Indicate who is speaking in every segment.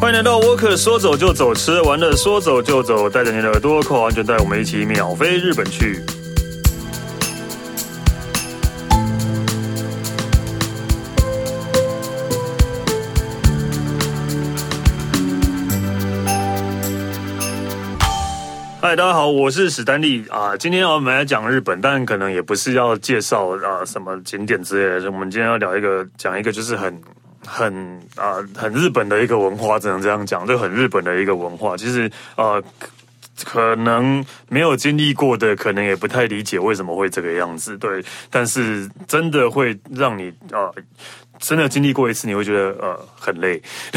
Speaker 1: 欢迎来到沃克，说走就走，吃完了说走就走，带着你的耳朵扣好安全带，我们一起秒飞日本去。嗨，大家好，我是史丹利啊、今天我们来讲日本，但可能也不是要介绍啊、什么景点之类的。我们今天要聊一个，讲一个就是很很啊、很日本的一个文化，只能这样讲，就很日本的一个文化。其实啊。可可能没有经历过的，可能也不太理解为什么会这个样子，对。但是真的会让你啊、真的经历过一次，你会觉得呃很累，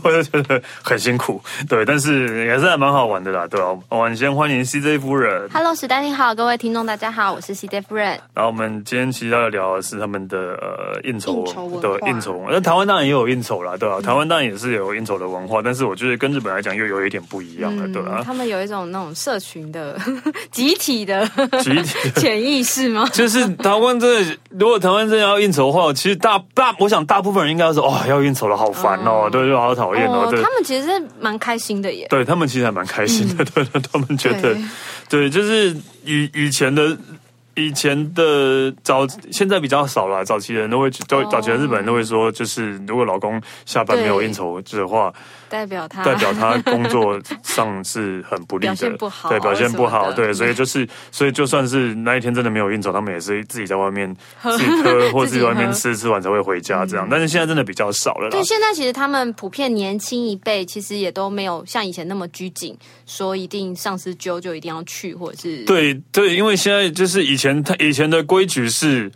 Speaker 1: 我就觉得很辛苦，对，但是也是还蛮好玩的啦，对吧、我们先欢迎 CJ 夫人，
Speaker 2: Hello，史丹利好，各位听众大家好，我是西 j 夫人。
Speaker 1: 然后我们今天其实要聊的是他们的呃应酬
Speaker 2: 应酬文化嗯
Speaker 1: 对应酬文化，那台湾当然也有应酬啦，对吧、台湾当然也是有应酬的文化，但是我觉得跟日本来讲又有一点不一样
Speaker 2: 嗯
Speaker 1: 了，对啊吧、
Speaker 2: 他们有一种那种社群的 集 体的
Speaker 1: 集体。
Speaker 2: 潜意识吗？
Speaker 1: 就是台湾真的，如果台湾真的要应酬的话，其实大大，我想大部分人应该说，哦，要应酬了，好烦哦，对对，好讨厌 哦，对。
Speaker 2: 他们其实是蛮开心的耶。
Speaker 1: 对他们其实还蛮开心的，对、对，他们觉得，对，就是以以前的。以前的早，现在比较少了。早期人都会，都
Speaker 2: 哦
Speaker 1: 早期的日本人都会说，就是如果老公下班没有
Speaker 2: 对
Speaker 1: 应酬的话，
Speaker 2: 代表他
Speaker 1: 代表他工作上是很不利的，
Speaker 2: 啊表现不好
Speaker 1: 对，表现不
Speaker 2: 什
Speaker 1: 好，
Speaker 2: 么的
Speaker 1: 对，所以就是，所以就算是那一天真的没有应酬，他们也是自己在外面自己喝，或者自己在外面
Speaker 2: 自嗯
Speaker 1: 吃，吃完才会回家这样。但是现在真的比较少了啦
Speaker 2: 对，，现在其实他们普遍年轻一辈，其实也都没有像以前那么拘谨，说一定上司揪就一定要去，或者是
Speaker 1: 对对，因为现在就是以前他以前的规矩是。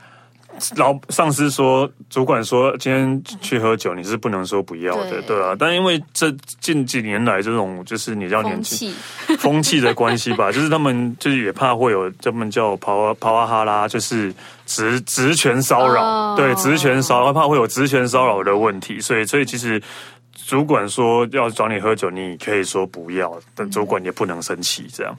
Speaker 1: 老上司说，主管说今天去喝酒，你是不能说不要的，
Speaker 2: 对
Speaker 1: 对啊。但因为这近几年来这种就是你让年
Speaker 2: 风
Speaker 1: 轻
Speaker 2: 气，
Speaker 1: 风气的关系吧， 就是他们就是也怕会有他们叫跑啊跑啊哈拉，就是职职权骚扰，
Speaker 2: 哦
Speaker 1: 对职权骚扰，怕会有职权骚扰的问题，所以所以其实。主管说要找你喝酒，你可以说不要，但主管也不能生气，这样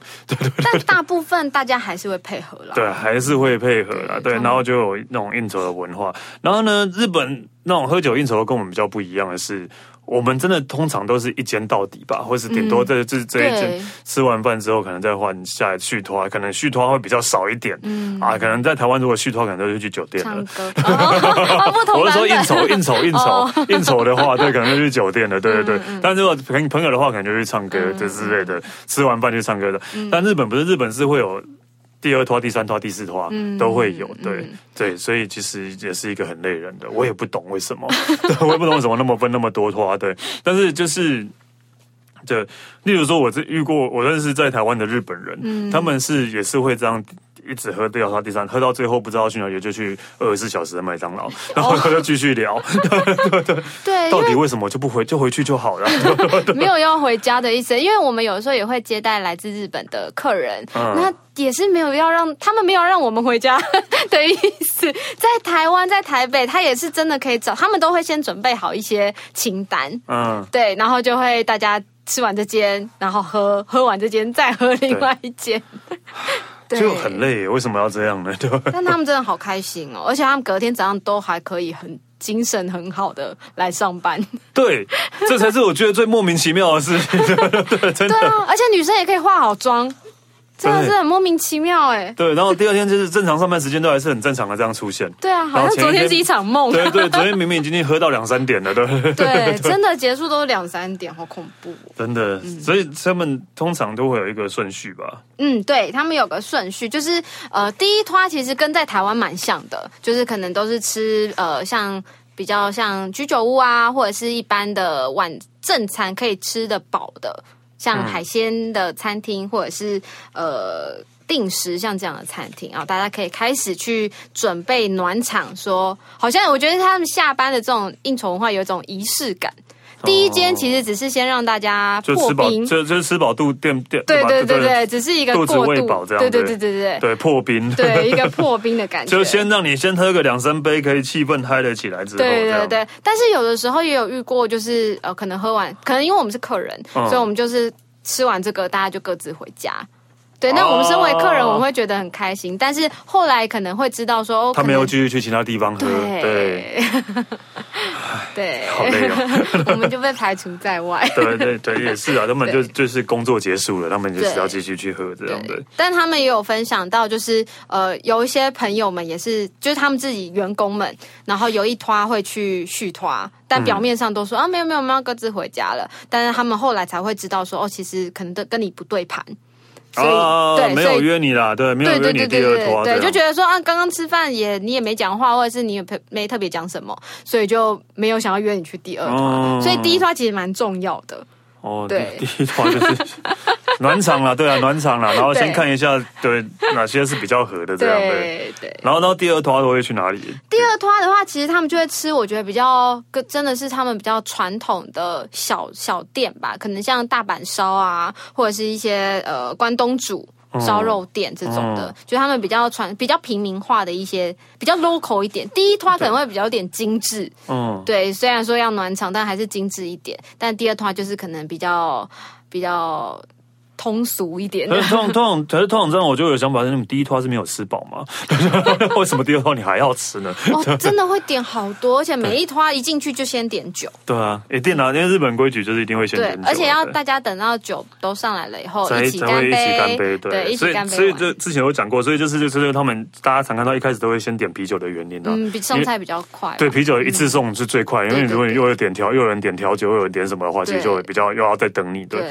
Speaker 2: 但大部分大家还是会配合啦。
Speaker 1: 对，还是会配合啦，对，
Speaker 2: 他们
Speaker 1: 然后就有那种应酬的文化。然后呢，日本那种喝酒应酬跟我们比较不一样的是，我们真的通常都是一间到底吧，或是顶多这这这一间
Speaker 2: 嗯对
Speaker 1: 吃完饭之后，可能再换下续托，可能续托会比较少一点。
Speaker 2: 嗯
Speaker 1: 啊，可能在台湾如果续托，可能都是去酒店了
Speaker 2: 唱。歌，哦不同
Speaker 1: 我是
Speaker 2: 版
Speaker 1: 说
Speaker 2: 本。 哦
Speaker 1: 应酬，应酬，应酬，应酬的话，对，可能就去酒店的，对对 对。
Speaker 2: 嗯
Speaker 1: 但如果朋朋友的话，可能就去唱歌这之类的，吃完饭去唱歌的。
Speaker 2: 嗯
Speaker 1: 但日本不是，日本是会有第二拖、第三拖、第四拖
Speaker 2: 嗯
Speaker 1: 都会有，对对，所以其实也是一个很累人的。我也不懂为什么， 对我也不懂为什么那么分那么多拖，对。但是就是对，例如说，我这遇过，我认识在台湾的日本人，
Speaker 2: 嗯
Speaker 1: 他们是也是会这样。一直喝掉他第三，喝到最后不知道去哪里，就去二十四小时的麦当 劳，然后他就继续
Speaker 2: 哦
Speaker 1: 聊，
Speaker 2: 哎对，因
Speaker 1: 到
Speaker 2: 为
Speaker 1: 底为什么就不回就回去就好了？
Speaker 2: 没有要回家的意思，因为我们有时候也会接待来自日本的客人，
Speaker 1: 嗯
Speaker 2: 那也是没有要让他们没有让我们回家 的意思。在台湾，在台北，他也是真的可以找，他们都会先准备好一些清单，
Speaker 1: 嗯，
Speaker 2: 对，然后就会大家吃完这间，然后喝喝完这间，再喝另外一间，对
Speaker 1: 就很。累，为什么要这样呢？ 对吧？
Speaker 2: 但他们真的好开心哦，而且他们隔天早上都还可以很精神很好的来上班。
Speaker 1: 对，这才是我觉得最莫名其妙的事 情。对，真
Speaker 2: 对
Speaker 1: 的。
Speaker 2: 啊，而且女生也可以化好妆，真的是很莫名其妙哎、
Speaker 1: 对，然后第二天就是正常上班时间都还是很正常的这样出现。
Speaker 2: 对啊，好
Speaker 1: 然后
Speaker 2: 像
Speaker 1: 前一
Speaker 2: 昨天
Speaker 1: 天
Speaker 2: 是一场梦。啊
Speaker 1: 对对，昨天明明已经喝到两三点了，对不对？
Speaker 2: 对，真的结束都是两三点，好恐怖、哦。
Speaker 1: 真的，所以他们通常都会有一个顺序吧。
Speaker 2: 嗯，对他们有个顺序，就是呃，第一拖其实跟在台湾蛮像的，就是可能都是吃呃像比较像居酒屋啊，或者是一般的晚正餐可以吃得饱的，
Speaker 1: 嗯
Speaker 2: 像海鲜的餐厅或者是呃。定时像这样的餐厅啊，大家可以开始去准备暖场说好像我觉得他们下班的这种应酬文化有一种仪式感。第一间其实只是先让大家
Speaker 1: 哦就
Speaker 2: 破
Speaker 1: 吃饱，
Speaker 2: 冰，
Speaker 1: 就就吃饱肚垫垫，
Speaker 2: 对
Speaker 1: 吧
Speaker 2: 对对对，只是一个
Speaker 1: 肚
Speaker 2: 过
Speaker 1: 子
Speaker 2: 渡，
Speaker 1: 喂饱这样
Speaker 2: 对对
Speaker 1: 对
Speaker 2: 对对对
Speaker 1: 对破冰，
Speaker 2: 对，一个破冰的感觉。
Speaker 1: 就先让你先喝个两三杯，可以气氛嗨了起来之后，
Speaker 2: 对
Speaker 1: 这
Speaker 2: 对
Speaker 1: 样
Speaker 2: 对，但是有的时候也有遇过，就是呃，可能喝完，可能因为我们是客人，
Speaker 1: 嗯
Speaker 2: 所以我们就是吃完这个，大家就各自回家。对，那我们身为客人，
Speaker 1: 哦
Speaker 2: 我们会觉得很开心，但是后来可能会知道说，哦，
Speaker 1: 他没
Speaker 2: 可能
Speaker 1: 有继续去其他地方喝，对。
Speaker 2: 对，对，
Speaker 1: 好累哦。
Speaker 2: 我们就被排除在外。
Speaker 1: 对对对，也是啊，他们就就是工作结束了，他们就是
Speaker 2: 对
Speaker 1: 要继续去喝这样的
Speaker 2: 对。，但他们也有分享到，就是呃，有一些朋友们也是，就是他们自己员工们，然后有一拖会去续拖，但表面上都
Speaker 1: 嗯
Speaker 2: 说、啊没有没有，我们要各自回家了。但是他们后来才会知道说，哦，其实可能跟跟你不对盘，所以、
Speaker 1: 啊
Speaker 2: 对，，
Speaker 1: 没
Speaker 2: 所
Speaker 1: 有
Speaker 2: 以
Speaker 1: 约你啦，对，没有
Speaker 2: 对
Speaker 1: 约
Speaker 2: 对
Speaker 1: 你
Speaker 2: 对
Speaker 1: 第
Speaker 2: 对
Speaker 1: 二
Speaker 2: 对
Speaker 1: 拖，
Speaker 2: 对，就觉
Speaker 1: 得
Speaker 2: 得说啊，刚刚吃饭也你也没讲话，或者是你也没没特别讲什么，所以就没有想要约你去第二拖。
Speaker 1: 哦
Speaker 2: 所以第一拖其实蛮重要的，
Speaker 1: 哦，
Speaker 2: 对
Speaker 1: 第第一拖就是 暖场啦，对啊，暖场啦，然后先
Speaker 2: 对
Speaker 1: 看一下对哪些是比较合的这样的，
Speaker 2: 对对。
Speaker 1: 然后到第二拖都会去哪里？
Speaker 2: 第二拖的话，其实他们就会吃，我觉得比较跟真的是他们比较传统的小小店吧，可能像大阪烧啊，或者是一些呃关东煮。烧肉店这种的，就他们比较传、比较平民化的一些，比较 local 一点。第一拖可能会比较有点精致，
Speaker 1: 嗯，
Speaker 2: 对，虽然说要暖场，但还是精致一点。但第二拖就是可能比较比较通俗一点的
Speaker 1: 可是通常通常，可是通常这样，我就有想法是，你们第一拖是没有吃饱吗？ 为什么第二拖你还要吃呢？
Speaker 2: 哦，真的会点好多，而且每一拖一进去就先点酒。
Speaker 1: 对啊，一定啊，因为日本规矩就是一定会先
Speaker 2: 对
Speaker 1: 点，酒
Speaker 2: 而且要
Speaker 1: 对
Speaker 2: 大家等到酒都上来了以后，
Speaker 1: 才
Speaker 2: 一起
Speaker 1: 才
Speaker 2: 干
Speaker 1: 会一起干
Speaker 2: 杯，
Speaker 1: 杯，
Speaker 2: 对，一
Speaker 1: 所
Speaker 2: 起
Speaker 1: 以
Speaker 2: 干杯完。
Speaker 1: 所以这之前有讲过，所以就是就是他们大家常看到一开始都会先点啤酒的原因啊。
Speaker 2: 嗯，比上菜比较快。
Speaker 1: 对，啤酒一次送是最快，因为
Speaker 2: 对对
Speaker 1: 如果你
Speaker 2: 对
Speaker 1: 又有点调，又有人点调酒，又有人点什么的话，其实
Speaker 2: 对
Speaker 1: 就会比较又要再等你。对
Speaker 2: 对，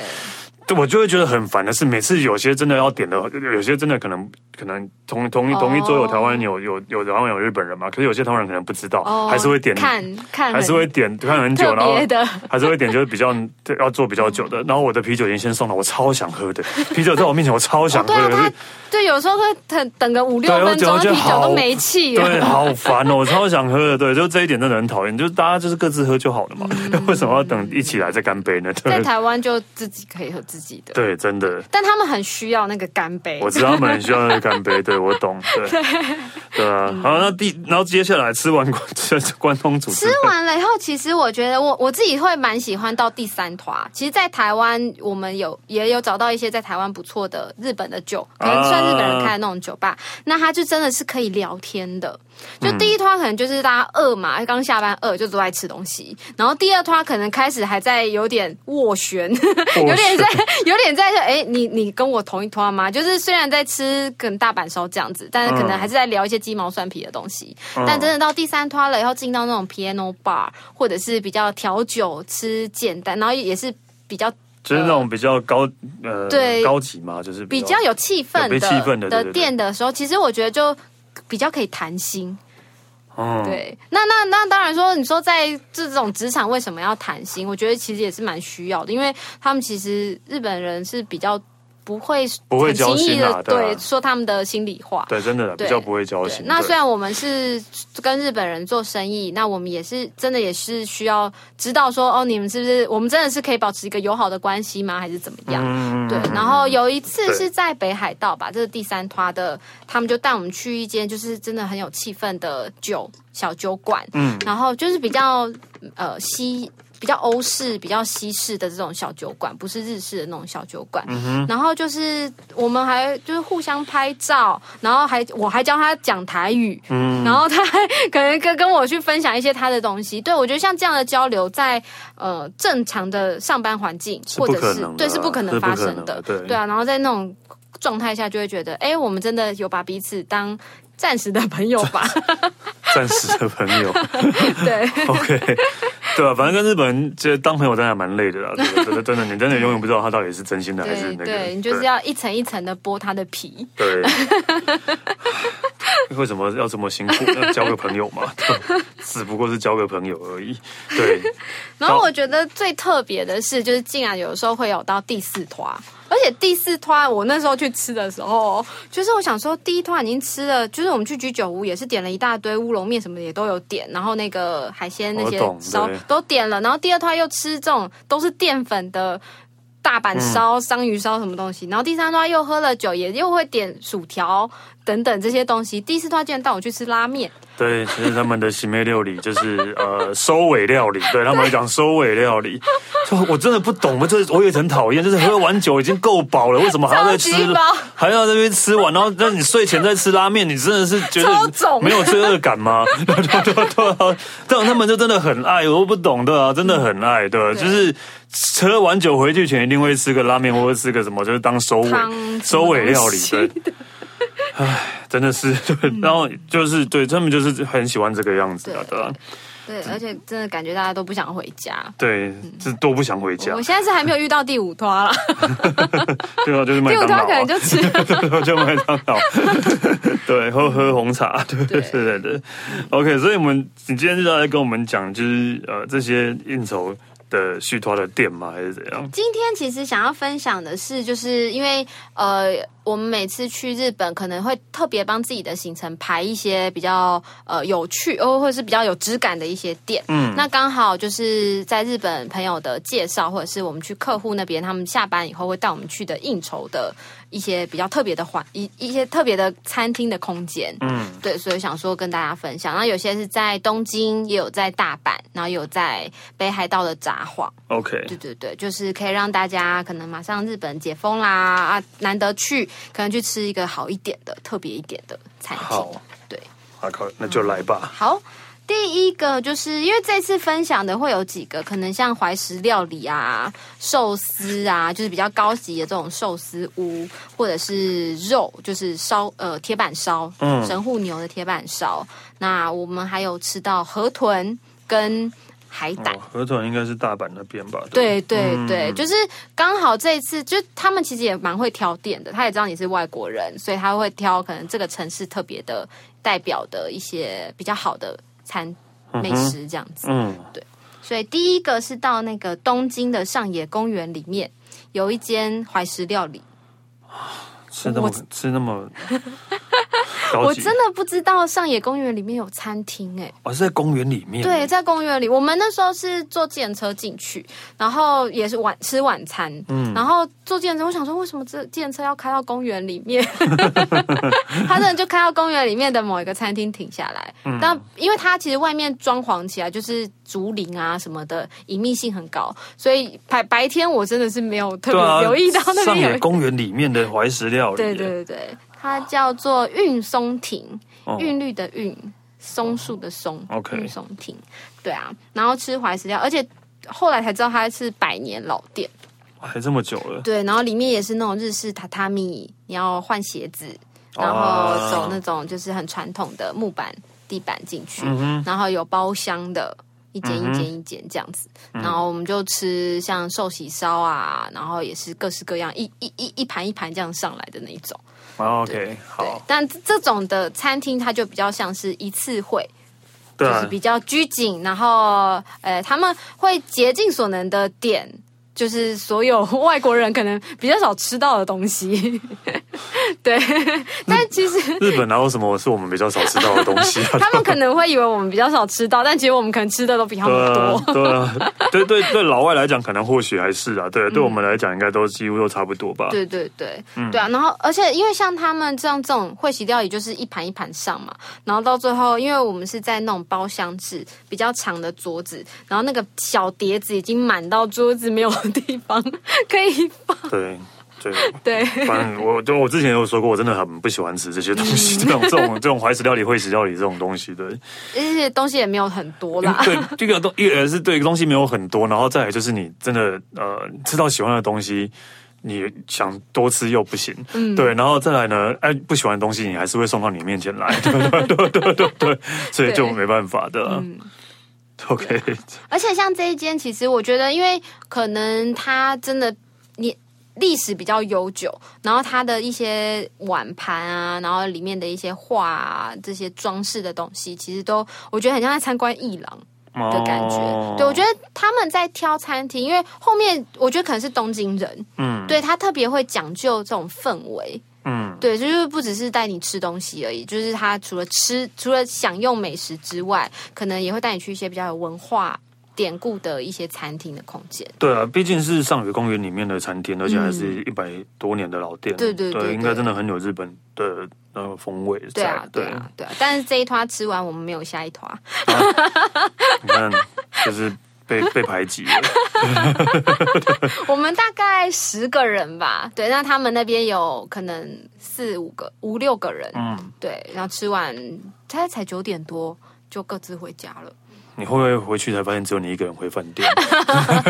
Speaker 1: 对我就会觉得很烦的是，每次有些真的要点的，有些真的可能可能同同一同一桌有
Speaker 2: 哦
Speaker 1: 台湾人有有有台湾有日本人嘛，可是有些台湾人可能不知道，
Speaker 2: 哦，
Speaker 1: 还是会点
Speaker 2: 看看，
Speaker 1: 还是会点看很久，
Speaker 2: 特
Speaker 1: 然后
Speaker 2: 别的。
Speaker 1: 还是会点就是比较对要做比较久的。然后我的啤酒已经先送了，我超想喝的，啤酒在我面前我超想喝
Speaker 2: 对
Speaker 1: 的，
Speaker 2: 啊，
Speaker 1: 可
Speaker 2: 他
Speaker 1: 是
Speaker 2: 对有时候会等等个五六
Speaker 1: 对我
Speaker 2: 分
Speaker 1: 觉得
Speaker 2: 钟，
Speaker 1: 我觉得
Speaker 2: 啤酒
Speaker 1: 好
Speaker 2: 都没气了。
Speaker 1: 对，好烦哦，我超想喝的。对，就这一点真的很讨厌，就是大家就是各自喝就好了嘛， 为什么要等一起来再干杯呢？
Speaker 2: 嗯在
Speaker 1: 对，
Speaker 2: 台湾就自己可以喝自己的，
Speaker 1: 对，真的。
Speaker 2: 但他们很需要那个干杯
Speaker 1: 我。知道他们很需要那个干杯，对我懂，对，对啊。
Speaker 2: 嗯
Speaker 1: 好，那第然后接下来吃完关 吃关东煮之
Speaker 2: 吃
Speaker 1: 后，
Speaker 2: 完了以后，其实我觉得我我自己会蛮喜欢到第三团。其实，在台湾我们有也有找到一些在台湾不错的日本的酒，可能算日本人开的那种酒吧。那它就真的是可以聊天的。就第一团可能就是大家饿嘛，刚下班饿就都在吃东西。然后第二团可能开始还在有点斡旋， 有点在有点在说，哎、你你跟我同一团吗？就是虽然在吃可能大阪烧这样子，但是可能还是在聊一些鸡毛蒜皮的东西。
Speaker 1: 嗯
Speaker 2: 但真的到第三团了以后，进到那种 piano bar 或者是比较调酒、吃简单，然后也是比较
Speaker 1: 就是那种比较高呃
Speaker 2: 对
Speaker 1: 高级嘛，就是
Speaker 2: 比较有气氛
Speaker 1: 有被
Speaker 2: 的
Speaker 1: 气氛的对对对
Speaker 2: 店的时候，其实我觉得就比较可以谈心。
Speaker 1: 嗯
Speaker 2: 对，那那那当然说，你说在这种职场为什么要谈心？我觉得其实也是蛮需要的，因为他们其实日本人是比较不会
Speaker 1: 不会
Speaker 2: 很
Speaker 1: 交
Speaker 2: 轻易
Speaker 1: 心啊
Speaker 2: 的
Speaker 1: 对啊
Speaker 2: 对说他们的心里话。
Speaker 1: 对，真的啦比
Speaker 2: 对
Speaker 1: 较不会交
Speaker 2: 对
Speaker 1: 心。
Speaker 2: 那
Speaker 1: 对
Speaker 2: 虽然我们是跟日本人做生意，那我们也是真的也是需要知道说哦，你们是不是我们真的是可以保持一个友好的关系吗？还是怎么样？
Speaker 1: 嗯
Speaker 2: 对，然后有一次
Speaker 1: 对
Speaker 2: 是在北海道吧，这是第三团的，他们就带我们去一间就是真的很有气氛的酒小酒馆，
Speaker 1: 嗯
Speaker 2: 然后就是比较呃西。比较欧式、比较西式的这种小酒馆，不是日式的那种小酒
Speaker 1: 嗯
Speaker 2: 馆。然后就是我们还就是互相拍照，然后还我还教他讲台语，
Speaker 1: 嗯
Speaker 2: 然后他还可能跟跟我去分享一些他的东西。对我觉得像这样的交流在，呃正常的上班环境
Speaker 1: 是
Speaker 2: 或
Speaker 1: 不
Speaker 2: 者
Speaker 1: 可
Speaker 2: 是
Speaker 1: 能的
Speaker 2: 对是不可
Speaker 1: 是
Speaker 2: 能
Speaker 1: 不
Speaker 2: 发
Speaker 1: 可
Speaker 2: 生
Speaker 1: 能
Speaker 2: 的
Speaker 1: 的，对
Speaker 2: 啊。然后在那种状态下，就会觉得，哎，我们真的有把彼此当暂时的朋友 吧？
Speaker 1: 暂时的朋友
Speaker 2: 对。
Speaker 1: ，OK，对啊，反正跟日本人这当朋友真的还蛮累的啦，真的真的真的，你真的永远不知道他到底是真心的还是
Speaker 2: 对
Speaker 1: 那个，
Speaker 2: 对，你就是要一层一层的剥他的皮。
Speaker 1: 对。 为什么要这么辛苦？要交个朋友嘛，对只不过是交个朋友而已。对，
Speaker 2: 然后我觉得最特别的是，就是竟然有时候会有到第四团，而且第四团我那时候去吃的时候，就是我想说第一团已经吃了，就是我们去居酒屋也是点了一大堆乌龙面什么的也都有点，然后那个海鲜那些
Speaker 1: 我懂
Speaker 2: 烧
Speaker 1: 对
Speaker 2: 都点了，然后第二团又吃这种都是淀粉的。大阪烧、章鱼烧什么东西，然后第三段又喝了酒，也又会点薯条等等这些东西。第一次他竟然带我去吃拉面，
Speaker 1: 对，这是他们的洗面料理，就是呃收尾料理，对他们会讲收尾料 理。就我真的不懂，我这我也很讨厌，就是喝完酒已经够饱了，为什么还要再吃
Speaker 2: 超级饱，
Speaker 1: 还要在那边吃完，然后让你睡前再吃拉面，你真的是觉得
Speaker 2: 超肿
Speaker 1: 没有罪恶感 吗？对对对对啊，但他们就真的很爱，我都不懂的啊，真的很爱的，对就是。喝完酒回去前一定会吃个拉面，或者吃个什么，就是当收尾
Speaker 2: 汤什么
Speaker 1: 收尾料理。对
Speaker 2: 东西，
Speaker 1: 真的 是对，然后就是对他们就是很喜欢这个样子的，
Speaker 2: 对
Speaker 1: 对啊吧？
Speaker 2: 对，而且真的感觉大家都不想回家。
Speaker 1: 对，这都不想回家
Speaker 2: 嗯我，现在是还没有遇到第五 拖啦，
Speaker 1: 对啊，就是麦
Speaker 2: 第五
Speaker 1: 当
Speaker 2: 拖
Speaker 1: 劳
Speaker 2: 可能
Speaker 1: 啊，
Speaker 2: 就吃
Speaker 1: 对，就麦当 劳，对，喝喝红茶，对对
Speaker 2: 嗯对
Speaker 1: 对对，OK，所以我们你今天就要来跟我们讲，就是呃这些应酬的续托的店吗？还是怎样？
Speaker 2: 今天其实想要分享的是，就是因为呃，我们每次去日本可能会特别帮自己的行程排一些比较呃有趣哦，或者是比较有质感的一些店。嗯，那刚好就是在日本朋友的介绍，或者是我们去客户那边，他们下班以后会带我们去的应酬的一些比较特别的环一一些特别的餐厅的空间。嗯，对，所以想说跟大家分享。然后有些是在东京，也有在大阪，然后也有在北海道的札幌。
Speaker 1: OK，
Speaker 2: 对对对，就是可以让大家可能马上日本解封啦啊，难得去，可能去吃一个好一点的、特别一点的餐厅。
Speaker 1: 好，
Speaker 2: 对，
Speaker 1: 好，靠那就来吧。
Speaker 2: 好，第一个就是因为这次分享的会有几个，可能像怀石料理啊、寿司啊，就是比较高级的这种寿司屋，或者是肉，就是烧呃铁板烧，
Speaker 1: 嗯
Speaker 2: 神户牛的铁板烧。那我们还有吃到河豚跟海胆。
Speaker 1: 哦，河豚应该是大阪那边吧？
Speaker 2: 嗯对对对，就是刚好这一次，就他们其实也蛮会挑店的，他也知道你是外国人，所以他会挑可能这个城市特别的代表的一些比较好的餐美食这样子。
Speaker 1: 嗯，
Speaker 2: 所以第一个是到那个东京的上野公园里面有一间怀石料理，
Speaker 1: 吃那么
Speaker 2: 我
Speaker 1: 吃那么高
Speaker 2: 我
Speaker 1: 级
Speaker 2: 真，的不知道上野公园里面有餐厅哎、
Speaker 1: 哦，是在公园里面，
Speaker 2: 对，，在公园里，我们那时候是坐计程车进去，然后也是晚吃晚餐，嗯，然后坐计程车，我想说为什么这计程车要开到公园里 面？他真的就开到公园里面的某一个餐厅停下来，
Speaker 1: 嗯
Speaker 2: 但因为它其实外面装潢起来就是竹林啊什么的，隐秘性很高，所以白白天我真的是没有特
Speaker 1: 对啊，
Speaker 2: 别留意到那
Speaker 1: 上
Speaker 2: 边
Speaker 1: 野
Speaker 2: 有一个，
Speaker 1: 公园里面的怀石料理，
Speaker 2: 对对对对，它叫做运松亭。
Speaker 1: 哦
Speaker 2: 韵律的韵，松树的松
Speaker 1: OK
Speaker 2: 韵松亭，对啊，然后吃怀石料，而且后来才知道它是百年老店，
Speaker 1: 还这么久了，
Speaker 2: 对，然后里面也是那种日式榻榻米，你要换鞋子，
Speaker 1: 哦
Speaker 2: 然后走那种就是很传统的木板地板进去，
Speaker 1: 嗯
Speaker 2: 然后有包厢的。一间一间一间这样子，
Speaker 1: 嗯
Speaker 2: 然后我们就吃像寿喜烧啊，然后也是各式各样一一一一盘一盘这样上来的那一种。
Speaker 1: 啊 OK，好
Speaker 2: 对，，但这这种的餐厅它就比较像是一次会，
Speaker 1: 对
Speaker 2: 就是
Speaker 1: 啊，
Speaker 2: 比较拘谨，然后呃，他们会竭尽所能的点，就是所有外国人可能比较少吃到的东西。 对， 但其实
Speaker 1: 日 本哪有什么是我们比较少吃到的东西啊？
Speaker 2: 他们可能会以为我们比较少吃到，但其实我们可能吃的都比他们
Speaker 1: 对啊
Speaker 2: 多。，
Speaker 1: 对啊，对对对，老外来讲可能或许还是啊，对，对我们来讲应该都几乎都差不多吧。
Speaker 2: 嗯对对对，
Speaker 1: 嗯
Speaker 2: 对啊，然后而且因为像他们这样这种会席料理，就是一盘一盘上嘛，然后到最后，因为我们是在那种包厢制比较长的桌子，然后那个小碟子已经满到桌子没有地方可以放，
Speaker 1: 对对，
Speaker 2: 对。
Speaker 1: 反正我 就我之前有说过，我真的很不喜欢吃这些东西，
Speaker 2: 嗯
Speaker 1: 这种这种这种怀石料理、会石料理这种东西，对。
Speaker 2: 而且东西也没有很多啦。
Speaker 1: 对，这个东一个是对东西没有很多，然后再来就是你真的呃吃到喜欢的东西。你想多吃又不行，
Speaker 2: 嗯
Speaker 1: 对，然后再来呢，哎，不喜欢的东西你还是会送到你面前来， 对对对对对对，所以就
Speaker 2: 对嗯
Speaker 1: 没办法的啊。OK，
Speaker 2: 而且像这一间，其实我觉得，因为可能它真的你历史比较悠久，然后它的一些碗盘啊，然后里面的一些画啊，这些装饰的东西，其实都我觉得很像在参观艺廊。
Speaker 1: 哦
Speaker 2: 的感觉。对，我觉
Speaker 1: 得
Speaker 2: 得他们在挑餐厅，因为后面我觉得可能是东京人，
Speaker 1: 嗯
Speaker 2: 嗯，对他特别会讲究这种氛围。
Speaker 1: 嗯
Speaker 2: 嗯，对，就是不只是带你吃东西而已，就是他除了吃，除了享用美食之外，可能也会带你去一些比较有文化典故的一些餐厅的空间。
Speaker 1: 对啊，毕竟是上野公园里面的餐厅，而且还是一百多年的老店，
Speaker 2: 嗯对对对对
Speaker 1: 应该真的很有日本的呃风味在。
Speaker 2: 对啊，对啊，对啊。但是这一团吃完，我们没有下一团。
Speaker 1: 你看，就是被被排挤了。
Speaker 2: 我们大概十个人吧，对，那他们那边有可能四五个、五六个人，
Speaker 1: 嗯，
Speaker 2: 对，然后吃完，他才九点多就各自回家了。
Speaker 1: 你会不会回去才发现只有你一个人回饭店？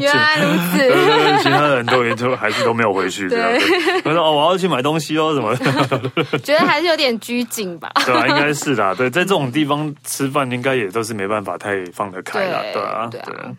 Speaker 2: 原来
Speaker 1: 对
Speaker 2: 如此，
Speaker 1: 对对，其他人都也都还是都没有回去这样子。我说哦，我要去买东西哦，什么的，
Speaker 2: 觉得还是有点拘谨吧。
Speaker 1: 对啊，应该是的啊。对，在这
Speaker 2: 嗯
Speaker 1: 种地方吃饭，应该也都是没办法太放得开啦。
Speaker 2: 对
Speaker 1: 对啊，
Speaker 2: 对啊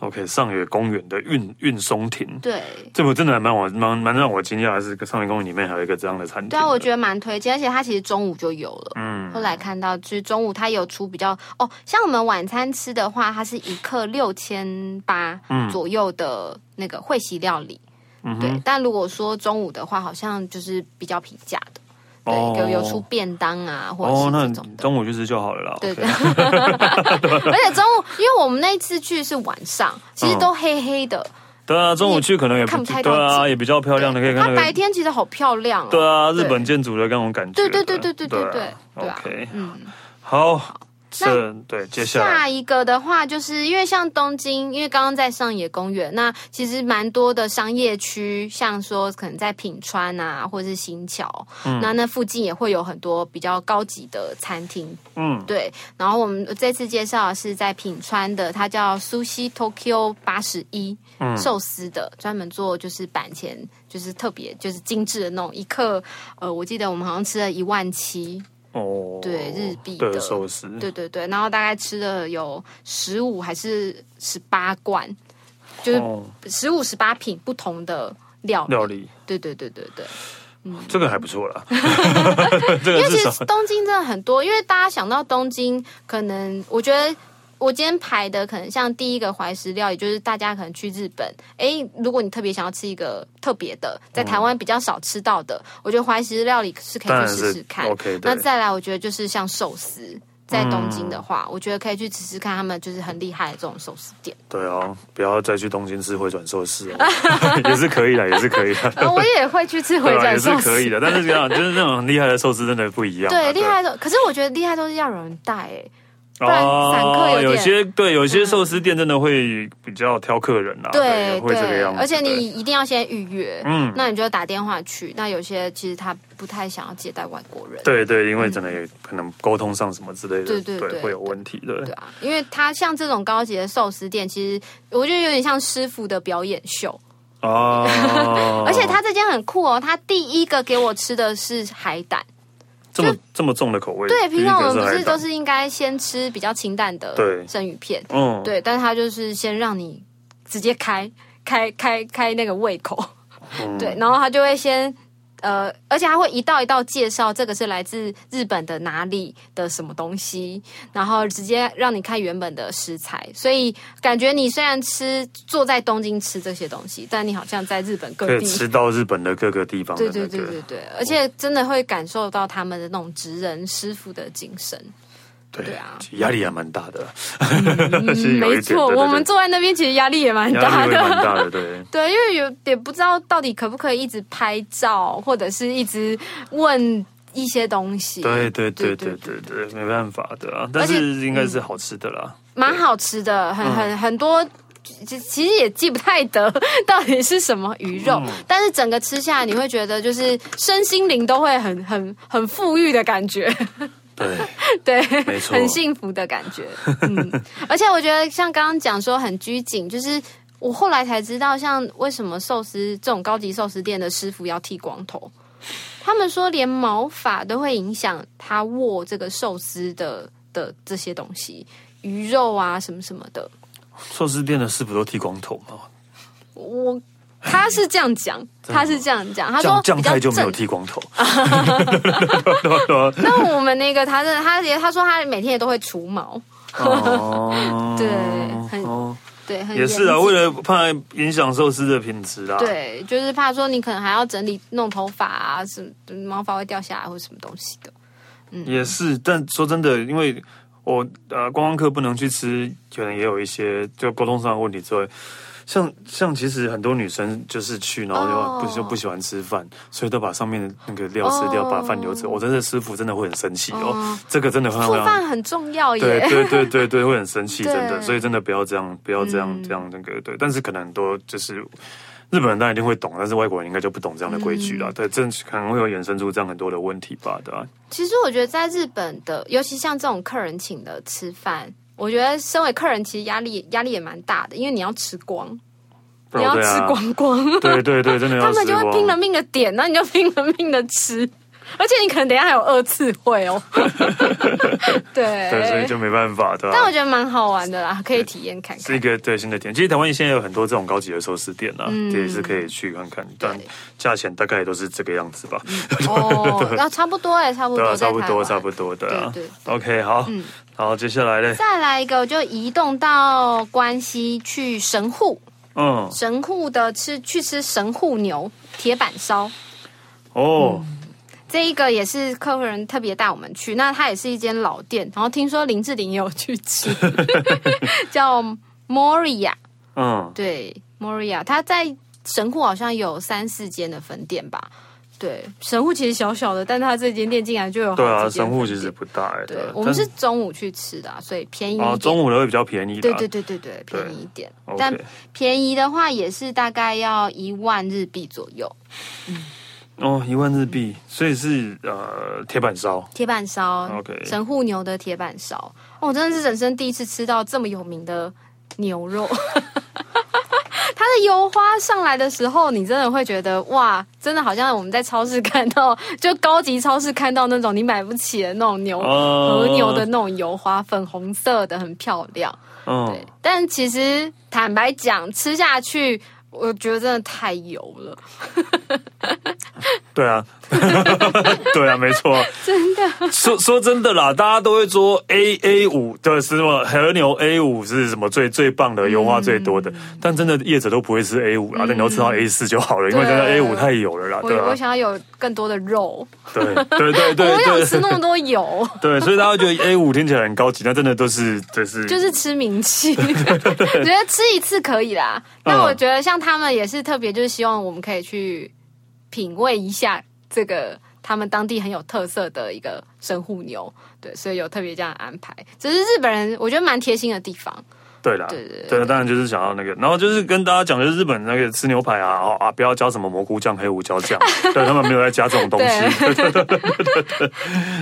Speaker 1: OK，上野公园的运运松亭，
Speaker 2: 对，
Speaker 1: 这部真的还蛮我蛮蛮让我惊讶的是，上野公园里面还有一个这样的餐厅。
Speaker 2: 对啊，我觉得蛮推荐，而且它其实中午就有了。嗯，后来看到就是中午它有出比较哦，像我们晚餐吃的话，它是一克六千八左右的那个会席料理。
Speaker 1: 嗯
Speaker 2: 对，但如果说中午的话，好像就是比较平价的，对，
Speaker 1: 哦
Speaker 2: 有有出便当啊，或者
Speaker 1: 哦，那
Speaker 2: 是这
Speaker 1: 你
Speaker 2: 种的。
Speaker 1: 中午去吃就好了啦。
Speaker 2: 对对
Speaker 1: OK，
Speaker 2: 而且中午，因为我们那一次去是晚上，其
Speaker 1: 嗯
Speaker 2: 实都黑黑的，
Speaker 1: 对啊，中午去可能也
Speaker 2: 看不太到
Speaker 1: 对啊，
Speaker 2: 景
Speaker 1: 也比较漂亮的，可以看
Speaker 2: 它
Speaker 1: 那
Speaker 2: 白
Speaker 1: 个。
Speaker 2: 天其实好漂亮哦。
Speaker 1: 对啊，日
Speaker 2: 对
Speaker 1: 本建筑的那种感觉。
Speaker 2: 对对对对对对
Speaker 1: 对啊
Speaker 2: 对对啊
Speaker 1: ，OK，
Speaker 2: 嗯。
Speaker 1: 好，这对接下来
Speaker 2: 下一个的话，就是因为像东京，因为刚刚在上野公园，那其实蛮多的商业区，像说可能在品川啊，或者是新桥，
Speaker 1: 嗯
Speaker 2: 那那附近也会有很多比较高级的餐厅。
Speaker 1: 嗯，
Speaker 2: 对。然后我们这次介绍的是在品川的，它叫 Sushi Tokyo 八十一，
Speaker 1: 嗯
Speaker 2: 寿司的，专门做就是板前，就是特别就是精致的那种，一克，呃，我记得我们好像吃了一万七，
Speaker 1: 哦，
Speaker 2: 对日币
Speaker 1: 对
Speaker 2: 的
Speaker 1: 寿司，哦
Speaker 2: 对对对，然后大概吃了有十五还是十八罐，就是
Speaker 1: 哦，
Speaker 2: 十五十八品不同的料理。
Speaker 1: 料理
Speaker 2: 对对对对对，
Speaker 1: 这个还不 错啦，这个
Speaker 2: 因为
Speaker 1: 至
Speaker 2: 其
Speaker 1: 少
Speaker 2: 实东京真的很多，因为大家想到东京，可能我觉得。我今天排的可能像第一个怀石料理，就是大家可能去日本，诶，如果你特别想要吃一个特别的，在台湾比较少吃到的，我觉得怀石料理是可
Speaker 1: 嗯当
Speaker 2: 以
Speaker 1: 然
Speaker 2: 去
Speaker 1: 是
Speaker 2: 试试看。
Speaker 1: OK
Speaker 2: 那
Speaker 1: 的。
Speaker 2: 再来，我觉得就是像寿司，在东
Speaker 1: 嗯
Speaker 2: 京的话，我觉得可以去吃吃看他们就是很厉害的这种寿司 店。
Speaker 1: 对啊，不要再去东京吃回转寿司 哦，也是可以的，也是可以的。
Speaker 2: 呃，我也会去 吃回
Speaker 1: 对吧？啊
Speaker 2: 转
Speaker 1: 也是
Speaker 2: 寿司，
Speaker 1: 可以的，但是这样就是那种很厉害的寿司真的不一样啊、
Speaker 2: 对，厉害的。可是我觉得厉害都是要有人带、欸，
Speaker 1: 对，
Speaker 2: 不然散
Speaker 1: 哦
Speaker 2: 客有点嗯
Speaker 1: 有些对，有些寿司店真的会比较挑客人啊，
Speaker 2: 对
Speaker 1: 会这个样子。
Speaker 2: 而且
Speaker 1: 对
Speaker 2: 你一定要先预约，
Speaker 1: 嗯
Speaker 2: 那你就打电话去。那有些其实他不太想要接待外国人，
Speaker 1: 对对，因为可能也可能沟通上什么之类的，
Speaker 2: 嗯对对对
Speaker 1: 会有问题的。
Speaker 2: 对啊，因为他像这种高级的寿司店，其实我觉得有点像师傅的表演秀。
Speaker 1: 哦，
Speaker 2: 而且他这间很酷哦，他第一个给我吃的是海胆。
Speaker 1: 这么这么重的口味，
Speaker 2: 对，
Speaker 1: 第一
Speaker 2: 平常
Speaker 1: 个
Speaker 2: 我们不
Speaker 1: 海
Speaker 2: 是
Speaker 1: 胆
Speaker 2: 都是应该先吃比较清淡的
Speaker 1: 对
Speaker 2: 生鱼片，
Speaker 1: 嗯
Speaker 2: 对，但是他就是先让你直接开开开开那个胃口，
Speaker 1: 嗯
Speaker 2: 对，然后他就会先。呃，而且他会一道一道介绍这个是来自日本的哪里的什么东西，然后直接让你看原本的食材，所以感觉你虽然吃坐在东京吃这些东西，但你好像在日本各
Speaker 1: 可以
Speaker 2: 地
Speaker 1: 吃到日本的各个地方的
Speaker 2: 对
Speaker 1: 那
Speaker 2: 对
Speaker 1: 个。哦
Speaker 2: 对对对，而且真的会感受到他们的那种职人师傅的精神。
Speaker 1: 对
Speaker 2: 对啊，嗯
Speaker 1: 其实压力还蛮大的， 其实有一
Speaker 2: 没
Speaker 1: 点对对
Speaker 2: 错，
Speaker 1: 对
Speaker 2: 我们坐在那边其实压力也蛮
Speaker 1: 压
Speaker 2: 大
Speaker 1: 力会蛮
Speaker 2: 的。
Speaker 1: 大的，对。
Speaker 2: 对，因为有也不知道到底可不可以一直拍照，或者是一直问一些东西。
Speaker 1: 对对对对对对，没办法的啊，但
Speaker 2: 且嗯
Speaker 1: 是应该是好吃的啦。
Speaker 2: 蛮好吃的，很
Speaker 1: 嗯
Speaker 2: 很很多。其其实也记不太得 到底是什么鱼肉，
Speaker 1: 嗯
Speaker 2: 但是整个吃下来，你会觉得就是身心灵都会很很很富裕的感觉。
Speaker 1: 对，
Speaker 2: 对，
Speaker 1: 没错
Speaker 2: 很幸福的感觉。嗯，而且我觉得像刚刚讲说很拘谨，就是我后来才知道，像为什么寿司这种高级寿司店的师傅要剃光头，他们说连毛发都会影响他握这个寿司的的这些东西。鱼肉啊，什么什么的，
Speaker 1: 寿司店的师傅都剃光头嘛，
Speaker 2: 我他是这 样讲，他是这样讲，他说
Speaker 1: 酱酱
Speaker 2: 比较
Speaker 1: 太就没有
Speaker 2: 正
Speaker 1: 剃光头。 对对对
Speaker 2: 那我们那个他真的，他也他说他每天也都会除毛，
Speaker 1: 哦
Speaker 2: 对很
Speaker 1: 哦
Speaker 2: 对，很
Speaker 1: 也是啊，
Speaker 2: 严谨
Speaker 1: 为了怕影响寿司的品质啊啦。，
Speaker 2: 对，就是怕说你可能还要整理弄头发啊，什么毛发会掉下来或什么东西的。
Speaker 1: 也是。但说真的，因为我呃观光客不能去吃，可能也有一些就沟通上的问题之外。像像其实很多女生就是去，然后
Speaker 2: 哦
Speaker 1: 就不就不喜欢吃饭，所以都把上面的那个料吃掉，
Speaker 2: 哦
Speaker 1: 把饭留着。我真的师傅真的会很生气哦
Speaker 2: 哦，
Speaker 1: 这个真的会
Speaker 2: 做
Speaker 1: 让
Speaker 2: 饭很重要
Speaker 1: 对
Speaker 2: 耶。
Speaker 1: 对对对对，会很生气，真
Speaker 2: 对嗯
Speaker 1: 的。所以真的不要这样，不要这样、这样那个对。但是可能很多就是日本人当然一定会懂，但是外国人应该就不懂这样的规矩
Speaker 2: 嗯
Speaker 1: 了。对，这可能会有衍生出这样很多的问题吧，对吧、
Speaker 2: 其实我觉得在日本的，尤其像这种客人请的吃饭，我觉得身为客人其实压力压力也蛮大的，因为你要吃光，
Speaker 1: 不然
Speaker 2: 你要
Speaker 1: 哦对
Speaker 2: 吃
Speaker 1: 啊，
Speaker 2: 光光。
Speaker 1: 对对对，真的
Speaker 2: 他
Speaker 1: 要吃
Speaker 2: 们就会
Speaker 1: 光。
Speaker 2: 拼了命的点，那你就拼了命的吃，而且你可能等一下还有二次 会哦。对，
Speaker 1: 对，所以就没办法，对吧、
Speaker 2: 但我觉得蛮好玩的啦，可以体验看
Speaker 1: 是一
Speaker 2: 看。
Speaker 1: 个对新的点，其实台湾现在有很多这种高级的寿司店啊，
Speaker 2: 嗯
Speaker 1: 这也是可以去看看，但价钱大概都是这个样子吧。
Speaker 2: 哦，然后差不多哎，差 不
Speaker 1: 对啊，
Speaker 2: 多，
Speaker 1: 差不多，差不
Speaker 2: 多。
Speaker 1: 多，对啊。
Speaker 2: 对嗯
Speaker 1: OK，好，然后接下来嘞，
Speaker 2: 再来一个，我就移动到关西去神户，
Speaker 1: 嗯，
Speaker 2: 神户的吃去吃神户牛铁板烧。
Speaker 1: 哦，
Speaker 2: 这一个也是客人特别带我们去，那它也是一间老店，然后听说林志玲也有去吃， 叫 Moria，
Speaker 1: 嗯，
Speaker 2: 对，Moria，它在神户好像有三四间的分店吧。对，神户其实小小的，但它这间店竟然就有好
Speaker 1: 对 啊，
Speaker 2: 几间
Speaker 1: 神
Speaker 2: 分店
Speaker 1: 户其实不大哎、
Speaker 2: 对
Speaker 1: 啊，
Speaker 2: 我们
Speaker 1: 但
Speaker 2: 是中午去吃的啊、所以便宜一点。
Speaker 1: 啊，中午的会比较便宜的
Speaker 2: 对
Speaker 1: 啊，
Speaker 2: 对对对对，便宜一点，
Speaker 1: OK
Speaker 2: 但便宜的话也是大概要一万日币左右。
Speaker 1: 哦，一万日币，所以是呃铁板烧，
Speaker 2: 铁板烧
Speaker 1: OK
Speaker 2: 神户牛的铁板烧，哦，我真的是人生第一次吃到这么有名的牛肉。 它的油花上来的时候，你真的会觉得哇，真的好像我们在超市看到，就高级超市看到那种你买不起的那种牛、
Speaker 1: 哦
Speaker 2: 和牛的那种油花，粉红色的，很漂亮。
Speaker 1: 嗯
Speaker 2: 对，，但其实坦白讲，吃下去。我觉得真的太油了，
Speaker 1: 对啊， 对啊，没错，
Speaker 2: 真的。
Speaker 1: 说说真的啦，大家都会说 A A 五的是什么和牛 A 五是什么最最棒的，油花最多的，
Speaker 2: 嗯
Speaker 1: 但真的业者都不会吃 A 五啦，那你要吃到 A 四就好了，因为真的 A
Speaker 2: 对啊
Speaker 1: 五太油了啦，
Speaker 2: 我
Speaker 1: 对啊
Speaker 2: 我，想要有更多的肉，
Speaker 1: 对对对 对
Speaker 2: 我不想吃
Speaker 1: 对
Speaker 2: 那么多 油。
Speaker 1: 对，所以大家会觉得 A 五听起来很高级，但真的都是就是
Speaker 2: 就是吃 名气，觉得吃一次可以啦。
Speaker 1: 嗯
Speaker 2: 但我觉得像他们也是特别，就是希望我们可以去品味一下这个他们当地很有特色的一个神户牛，对，所以有特别这样安排。只是日本人我觉得蛮贴心的地方，
Speaker 1: 对啦，
Speaker 2: 对对对
Speaker 1: 对当然就是想要那个，然后就是跟大家讲，就是日本那个吃牛排啊，哦啊，不要加什么蘑菇酱、黑胡椒 酱，对他们没有在加这种东 西，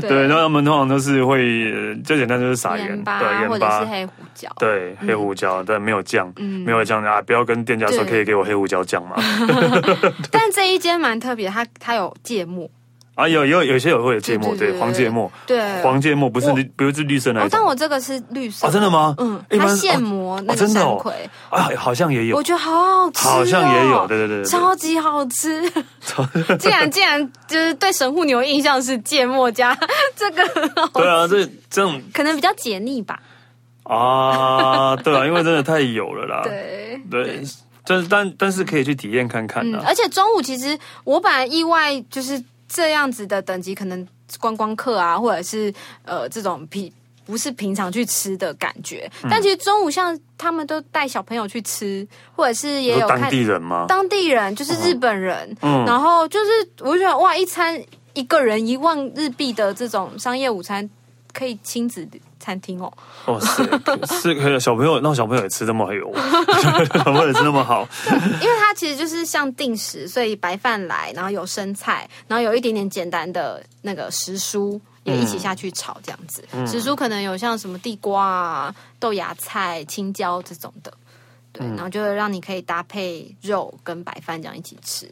Speaker 2: 对
Speaker 1: 对，然后他们通常都是会呃最简单就是撒盐，
Speaker 2: 盐巴
Speaker 1: 对，盐
Speaker 2: 或者是
Speaker 1: 巴。
Speaker 2: 黑胡嗯椒，
Speaker 1: 对黑胡椒，但没有酱，没有酱啊！不要跟店家说
Speaker 2: 对
Speaker 1: 可以给我黑胡椒酱 嘛。
Speaker 2: 但这一间蛮特别，它它有芥末，
Speaker 1: 啊，有有有些有会有芥末，
Speaker 2: 对对对
Speaker 1: 对
Speaker 2: 对
Speaker 1: 黄芥末，
Speaker 2: 对
Speaker 1: 黄芥末不是
Speaker 2: 我
Speaker 1: 绿不是绿色那
Speaker 2: 哦
Speaker 1: 一，
Speaker 2: 但
Speaker 1: 种
Speaker 2: 我这个是绿色
Speaker 1: 啊，真的吗？
Speaker 2: 嗯，
Speaker 1: 一般
Speaker 2: 它
Speaker 1: 哦
Speaker 2: 现磨那个
Speaker 1: 真的
Speaker 2: 山
Speaker 1: 哦
Speaker 2: 葵，
Speaker 1: 啊，好像也有
Speaker 2: 我，觉得好好吃、哦，
Speaker 1: 好像也有，对对对对对，
Speaker 2: 超级好 吃，竟然竟然就是对神户牛印象是芥末加 这个，
Speaker 1: 对啊，这这种
Speaker 2: 可能比较解腻吧。
Speaker 1: 啊，对啊，因为真的太油了啦。
Speaker 2: 对，
Speaker 1: 对，但是但但是可以去体验看看
Speaker 2: 嗯，
Speaker 1: 啊。
Speaker 2: 而且中午其实我本来意外就是这样子的等级，可能观光客啊，或者是呃这种平不是平常去吃的感觉，但其实中午像他们都带小朋友去吃，或者是也
Speaker 1: 你说
Speaker 2: 有看
Speaker 1: 当地人吗？
Speaker 2: 当地人，就是日本人，
Speaker 1: 嗯
Speaker 2: 然后就是我就觉得哇，一餐一个人一万日币的这种商业午餐，可以亲子餐厅哦，
Speaker 1: 哦，是是，可以 小朋友让小朋友也吃这么油， 小朋友也吃那么好，
Speaker 2: 因为它其实就是像定时，所以白饭来，然后有生菜，然后有一点点简单的那个时蔬。也一起下去炒这样子，
Speaker 1: 嗯
Speaker 2: 时蔬可能有像什么地瓜啊、豆芽菜、青椒这种的，对，
Speaker 1: 嗯
Speaker 2: 然后就会让你可以搭配肉跟白饭这样一起吃。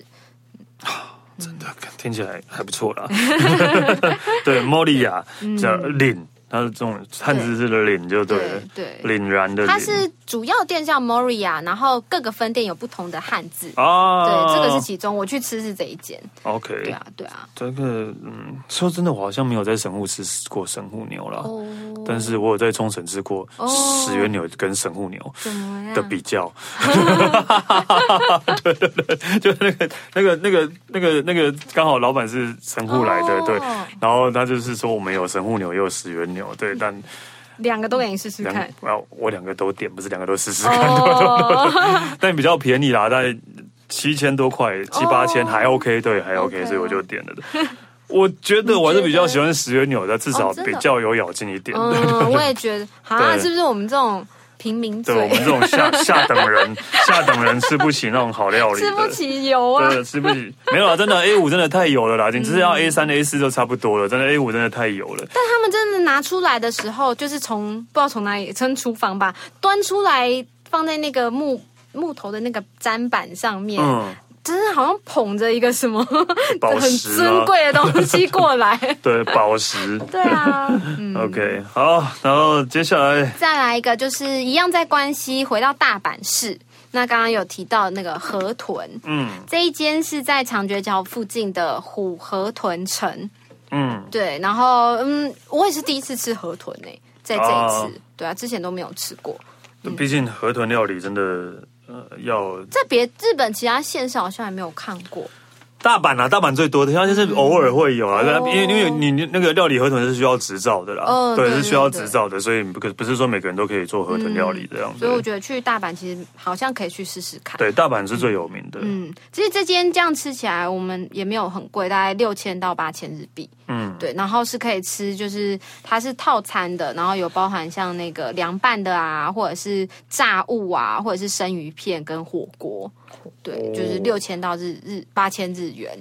Speaker 1: 真的听起来还不错啦。 对，莫莉亚
Speaker 2: 嗯
Speaker 1: 叫凛，它是这种汉字是的凛就对了，
Speaker 2: 对对
Speaker 1: 凛然的凛。
Speaker 2: 它是主要店叫 Moria，然后各个分店有不同的汉字。
Speaker 1: 啊，
Speaker 2: 对，这个是其中，我去吃是这一间。对
Speaker 1: OK。
Speaker 2: 啊，对啊。
Speaker 1: 这个嗯，说真的，我好像没有在神户吃过神户牛啦。
Speaker 2: 哦，
Speaker 1: 但是我有在冲绳吃过
Speaker 2: 哦
Speaker 1: 石原牛跟神户牛
Speaker 2: 怎么样？
Speaker 1: 的比较， 对对对，就那个那个那个那个那个刚好老板是神户来的，
Speaker 2: 哦嗯
Speaker 1: 对，然后他就是说我们有神户牛也有石原牛，对，但
Speaker 2: 两个都给你试试
Speaker 1: 两
Speaker 2: 看。
Speaker 1: 啊，我两个都点，不是两个都试试看，
Speaker 2: 哦，
Speaker 1: 但比较便宜啦，大概七千多块，七八千
Speaker 2: 哦
Speaker 1: 还 OK，对，还 OK，,
Speaker 2: OK
Speaker 1: 所以我就点了的。我觉得我还是比较喜欢石原牛的，至少
Speaker 2: 哦真的
Speaker 1: 比较有咬劲一点。
Speaker 2: 嗯，我也觉得，啊，
Speaker 1: 对
Speaker 2: 是不是我们这种平民
Speaker 1: 对我们这
Speaker 2: 嘴
Speaker 1: 种下下等 人，下等人吃不起那种好料理的，
Speaker 2: 吃不起油啊？
Speaker 1: 对，吃不起。 没有啊，真的 A 五真的太油了啦，你只要 A 三、A 四都差不多了，真的 A 五真的太油了。
Speaker 2: 嗯但他们真的拿出来的时候，就是从不知道从哪里，从厨房吧端出来，放在那个木木头的那个砧板上面，
Speaker 1: 嗯，
Speaker 2: 真的好像捧着一个什么
Speaker 1: 宝
Speaker 2: 很
Speaker 1: 石
Speaker 2: 尊
Speaker 1: 啊，
Speaker 2: 贵的东西过来。
Speaker 1: 对，宝石。
Speaker 2: 对啊，嗯，
Speaker 1: OK，好，然后接下来
Speaker 2: 再来一个就是一样在关西，回到大阪市。那刚刚有提到那个河豚，
Speaker 1: 嗯
Speaker 2: 这一间是在长觉桥附近的虎河豚城。
Speaker 1: 嗯，
Speaker 2: 对，然后嗯，我也是第一次吃河豚诶、欸在这一次，
Speaker 1: 哦
Speaker 2: 对啊，之前都没有吃过。
Speaker 1: 毕竟河豚料理真的呃要
Speaker 2: 在别日本其他县市好像还没有看过。
Speaker 1: 大阪啊，大阪最多的，像就是偶尔会有啊，
Speaker 2: 嗯哦
Speaker 1: 因为因为你你那个料理河豚是需要执照的啦，
Speaker 2: 哦
Speaker 1: 对，
Speaker 2: 对
Speaker 1: 是需要
Speaker 2: 对对嗯
Speaker 1: 执照的，所以不可不是说每个人都可以做河豚料理这样子
Speaker 2: 所以。我觉得去大阪其实好像可以去试试看。
Speaker 1: 对，大阪是最有名的，
Speaker 2: 嗯，其实这间这样吃起来，我们也没有很贵，大概六千到八千日币。
Speaker 1: 嗯，
Speaker 2: 对，然后是可以吃，就是它是套餐的，然后有包含像那个凉拌的啊，或者是炸物啊，或者是生鱼片跟火锅。对，就是六千到日日八千日元。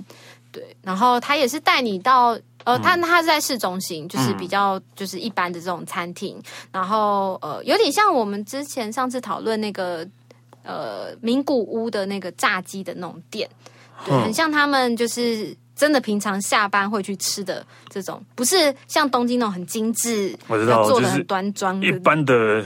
Speaker 2: 对，然后它也是带你到。呃，它它是在市中心，就是比较就是一般的这种餐厅，然后呃，有点像我们之前上次讨论那个呃名古屋的那个炸鸡的那种店，对，
Speaker 1: 嗯
Speaker 2: 很像他们就是真的平常下班会去吃的这种，不是像东京那种很精致，呃
Speaker 1: 我知道
Speaker 2: 要做的
Speaker 1: 就是
Speaker 2: 很端庄的
Speaker 1: 一。般的呃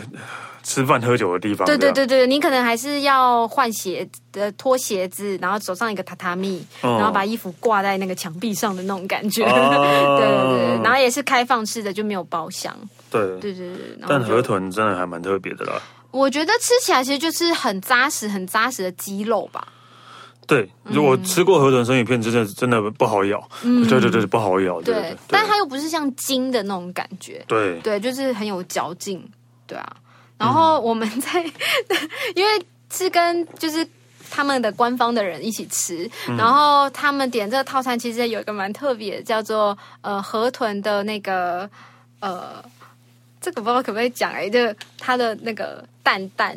Speaker 1: 吃饭喝酒的地方，
Speaker 2: 嗯对对
Speaker 1: 这样，
Speaker 2: 对对，你可能还是要换鞋呃脱鞋子，然后手上一个榻榻米，
Speaker 1: 嗯
Speaker 2: 然后把衣服挂在那个墙壁上的那种感觉。
Speaker 1: 哦
Speaker 2: 对对对，然后也是开放式的，就没有包厢。
Speaker 1: 对
Speaker 2: 对对对，然后
Speaker 1: 但
Speaker 2: 就
Speaker 1: 河豚真的还蛮特别的啦。
Speaker 2: 我觉得吃起来其实就是很扎实、很扎实的鸡肉吧。
Speaker 1: 对，
Speaker 2: 嗯
Speaker 1: 如果吃过河豚生鱼片，真的真的不好咬。对对对，不好咬。对
Speaker 2: 对，
Speaker 1: 对
Speaker 2: 但它
Speaker 1: 对
Speaker 2: 又不是像筋的那种感觉，
Speaker 1: 对，
Speaker 2: 对，就是很有嚼劲，对
Speaker 1: 嗯
Speaker 2: 啊。然后我们在， 因为是跟就是他们的官方的人一起吃，
Speaker 1: 嗯
Speaker 2: 然后他们点这个套餐其实有一个蛮特别的，叫做呃河豚的那个呃，这个不知道可不可以讲哎、就是它的那个蛋蛋，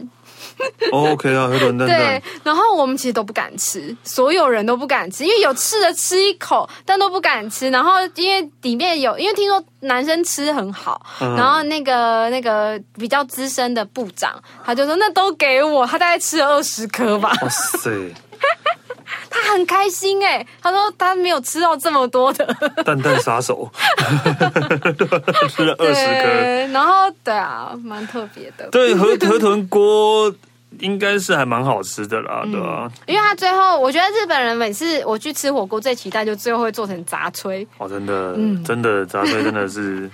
Speaker 1: 哦 OK 啊，河豚蛋蛋
Speaker 2: 对，，然后我们其实都不敢吃，所有人都不敢吃，因为有吃的吃一口，但都不敢吃。然后因为里面有，因为听说男生吃很好，
Speaker 1: 嗯
Speaker 2: 然后那个那个比较资深的部长，他就说那都给我，他大概吃了二十颗吧，
Speaker 1: 哇塞，
Speaker 2: 他很开心哎、他说他没有吃到这么多的，
Speaker 1: 蛋蛋杀 手，吃了二十颗。
Speaker 2: 对，然后对啊，蛮特别的。
Speaker 1: 对，河河豚锅应该是还蛮好吃的啦，
Speaker 2: 嗯
Speaker 1: 对啊？
Speaker 2: 因为他最后，我觉得日本人每次我去吃火锅，最期待就最后会做成杂炊，
Speaker 1: 哦，真的，
Speaker 2: 嗯
Speaker 1: 真的杂碎真的是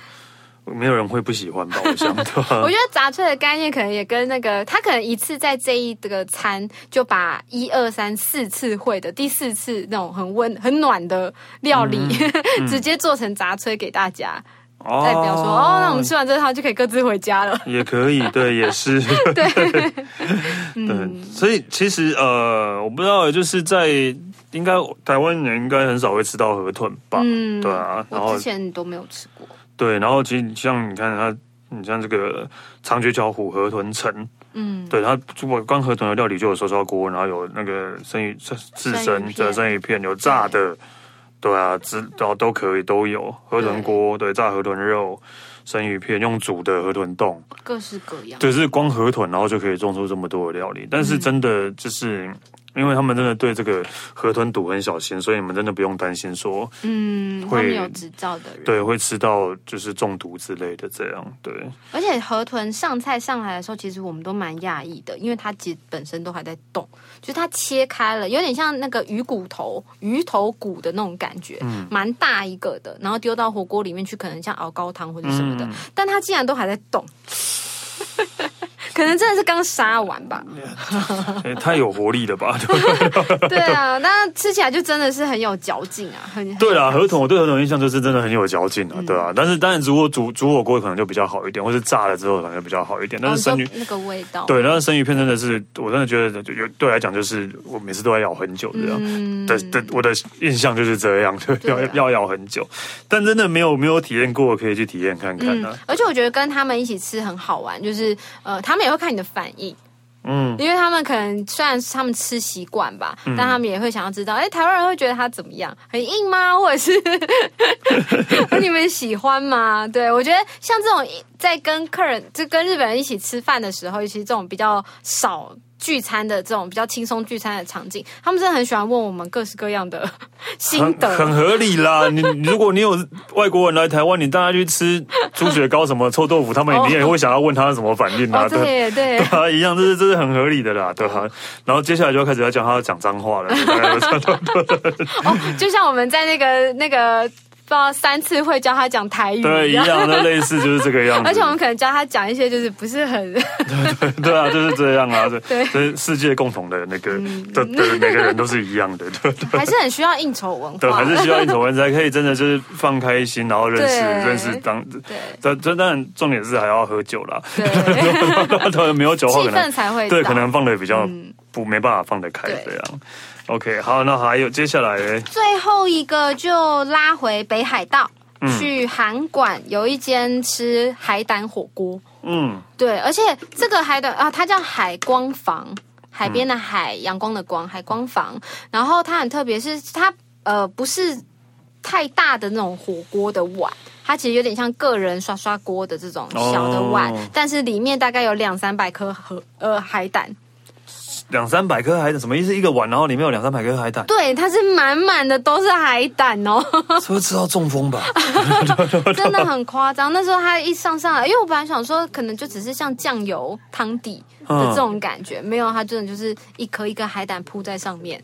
Speaker 1: 没有人会不喜欢吧？我想，对吧
Speaker 2: 我？觉得杂碎的概念可能也跟那个，他可能一次在这一个餐就把一二三四次会的第四次那种很温很暖的料理，
Speaker 1: 嗯
Speaker 2: 直接做成杂炊给大家，代
Speaker 1: 代
Speaker 2: 表说哦， 那我们吃完这套就可以各自回家了。
Speaker 1: 也可以，对，也 是， 对，
Speaker 2: 嗯
Speaker 1: 对，所以其实呃，我不知道，就是在应该台湾人应该很少会吃到河豚吧，
Speaker 2: 嗯
Speaker 1: 对啊，然
Speaker 2: 我
Speaker 1: 后
Speaker 2: 之前都没有吃过，
Speaker 1: 对，然后其实像你看它，你像这个长觉桥虎河豚城，
Speaker 2: 嗯，
Speaker 1: 对它就我刚河豚的料理就有手烧锅，然后有那个生鱼刺刺
Speaker 2: 生鱼
Speaker 1: 身
Speaker 2: 片
Speaker 1: 的生鱼片，有炸的，对啊，只然后都可以都有河豚锅，对，炸河豚肉。生鱼片用煮的河豚冻，
Speaker 2: 各式各样。
Speaker 1: 就是光河豚，然后就可以种出这么多的料理。但
Speaker 2: 嗯
Speaker 1: 是真的就是，因为他们真的对这个河豚肚很小心，所以你们真的不用担心说
Speaker 2: 嗯，他
Speaker 1: 会
Speaker 2: 们有执照的人，
Speaker 1: 对会吃到就是中毒之类的这样。对，
Speaker 2: 而且河豚上菜上来的时候，其实我们都蛮讶异的，因为它其实本身都还在动，就是它切开了，有点像那个鱼骨头、鱼头骨的那种感觉，
Speaker 1: 嗯
Speaker 2: 蛮大一个的，然后丢到火锅里面去，可能像熬高汤或者什么的，
Speaker 1: 嗯
Speaker 2: 但它竟然都还在动，可能真的是刚杀完 吧。
Speaker 1: 哎太有活力了吧？
Speaker 2: 对啊，那吃起来就真的是很有嚼劲啊，很
Speaker 1: 对啦，河豚我对河豚印象就是真的很有嚼劲啊，
Speaker 2: 嗯
Speaker 1: 对啊。但是当然，如果煮煮火锅可能就比较好一点，或是炸了之后可能就比较好一点。但
Speaker 2: 哦
Speaker 1: 是
Speaker 2: 你
Speaker 1: 生
Speaker 2: 说
Speaker 1: 鱼、
Speaker 2: 那个味道。
Speaker 1: 对，但是生鱼片真的是，我真的觉得有对我来讲就是我每次都要咬很久这样。
Speaker 2: 嗯
Speaker 1: 对对，我的印象就是这样， 就要、
Speaker 2: 对啊
Speaker 1: 要咬很久，但真的没有没有体验过，可以去体验看看
Speaker 2: 嗯
Speaker 1: 啊。，
Speaker 2: 而且我觉得跟他们一起吃很好玩，就是呃，他们也会看你的反应，
Speaker 1: 嗯，
Speaker 2: 因为他们可能虽然他们吃习惯吧，但他们也会想要知道，哎、台湾人会觉得它怎么样，很硬吗？或 者是你们喜欢吗？对我觉得像这种在跟客人，就跟日本人一起吃饭的时候，尤其是这种比较少。聚餐的这种比较轻松聚餐的场景，他们真的很喜欢问我们各式各样的心
Speaker 1: 很
Speaker 2: 得，
Speaker 1: 很合理啦。你 你如果你有外国人来台湾，你带他去吃猪血糕什么臭豆腐，他们
Speaker 2: 哦
Speaker 1: 你也会想要问他什么反应啊？
Speaker 2: 哦，对耶对
Speaker 1: 对
Speaker 2: 耶，
Speaker 1: 啊，一样，这是这是很合理的啦，对啊。然后接下来就要开始要讲他要讲脏话了，对不 对
Speaker 2: 哦，就像我们在那个那个不知道三次会教他讲台语
Speaker 1: 对，
Speaker 2: 一
Speaker 1: 一
Speaker 2: 样，
Speaker 1: 样的类似就是这个样子。
Speaker 2: 而且我们可能教他讲一些就是不是很
Speaker 1: 对啊，就是这样啊，对，
Speaker 2: 对嗯
Speaker 1: 所以世界共同的那个，对对，每个人都是一样的，对对。
Speaker 2: 还是很需要应酬文
Speaker 1: 对，
Speaker 2: 化，
Speaker 1: 还是需要一种人才可以真的就是放开心，然后认识
Speaker 2: 对
Speaker 1: 认识当。
Speaker 2: 对
Speaker 1: 但但当然，重点是还要喝酒啦。
Speaker 2: 对，
Speaker 1: 当然没有酒的话，
Speaker 2: 气
Speaker 1: 可能
Speaker 2: 氛才会
Speaker 1: 对，
Speaker 2: 到嗯
Speaker 1: 可能放的比较不、没办法放得开
Speaker 2: 对
Speaker 1: 这样。OK，好，那还有接下来嘞
Speaker 2: 最后一个就拉回北海道。
Speaker 1: 嗯
Speaker 2: 去韩馆有一间吃海胆火锅，
Speaker 1: 嗯，
Speaker 2: 对，而且这个海胆啊，它叫海光房，海边的海，阳光的光，海光房。然后它很特别，是它呃不是太大的那种火锅的碗，它其实有点像个人刷刷锅的这种小的碗，
Speaker 1: 哦
Speaker 2: 但是里面大概有两三百颗河呃海胆，
Speaker 1: 两三百颗海胆什么意思？一个碗，然后里面有两三百颗海 胆，
Speaker 2: 对，它是满满的都是海胆哦。
Speaker 1: 是会吃到中风吧？
Speaker 2: 真的很夸张。那时候他一上上来，因为我本来想说，可能就只是像酱油汤底的这种感
Speaker 1: 嗯
Speaker 2: 觉，没有，它真的就是一颗一颗海胆铺在上面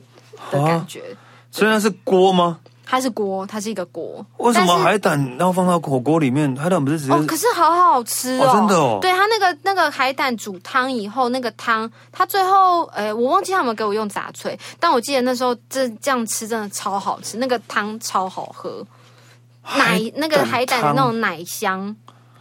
Speaker 2: 的感觉。
Speaker 1: 虽然是锅吗？
Speaker 2: 它是锅，它是一个锅，
Speaker 1: 为什
Speaker 2: 但
Speaker 1: 么
Speaker 2: 是
Speaker 1: 海胆要放到火锅里面？海胆不是直接、
Speaker 2: 哦，可是好好吃哦！
Speaker 1: 哦真的哦
Speaker 2: 对它那个那个海胆煮汤以后，那个汤，它最后，呃，我忘记他有没有给我用杂炊，但我记得那时候这这样吃真的超好吃，那个汤超好喝，
Speaker 1: 海
Speaker 2: 奶那个海胆的
Speaker 1: 汤
Speaker 2: 那种奶香，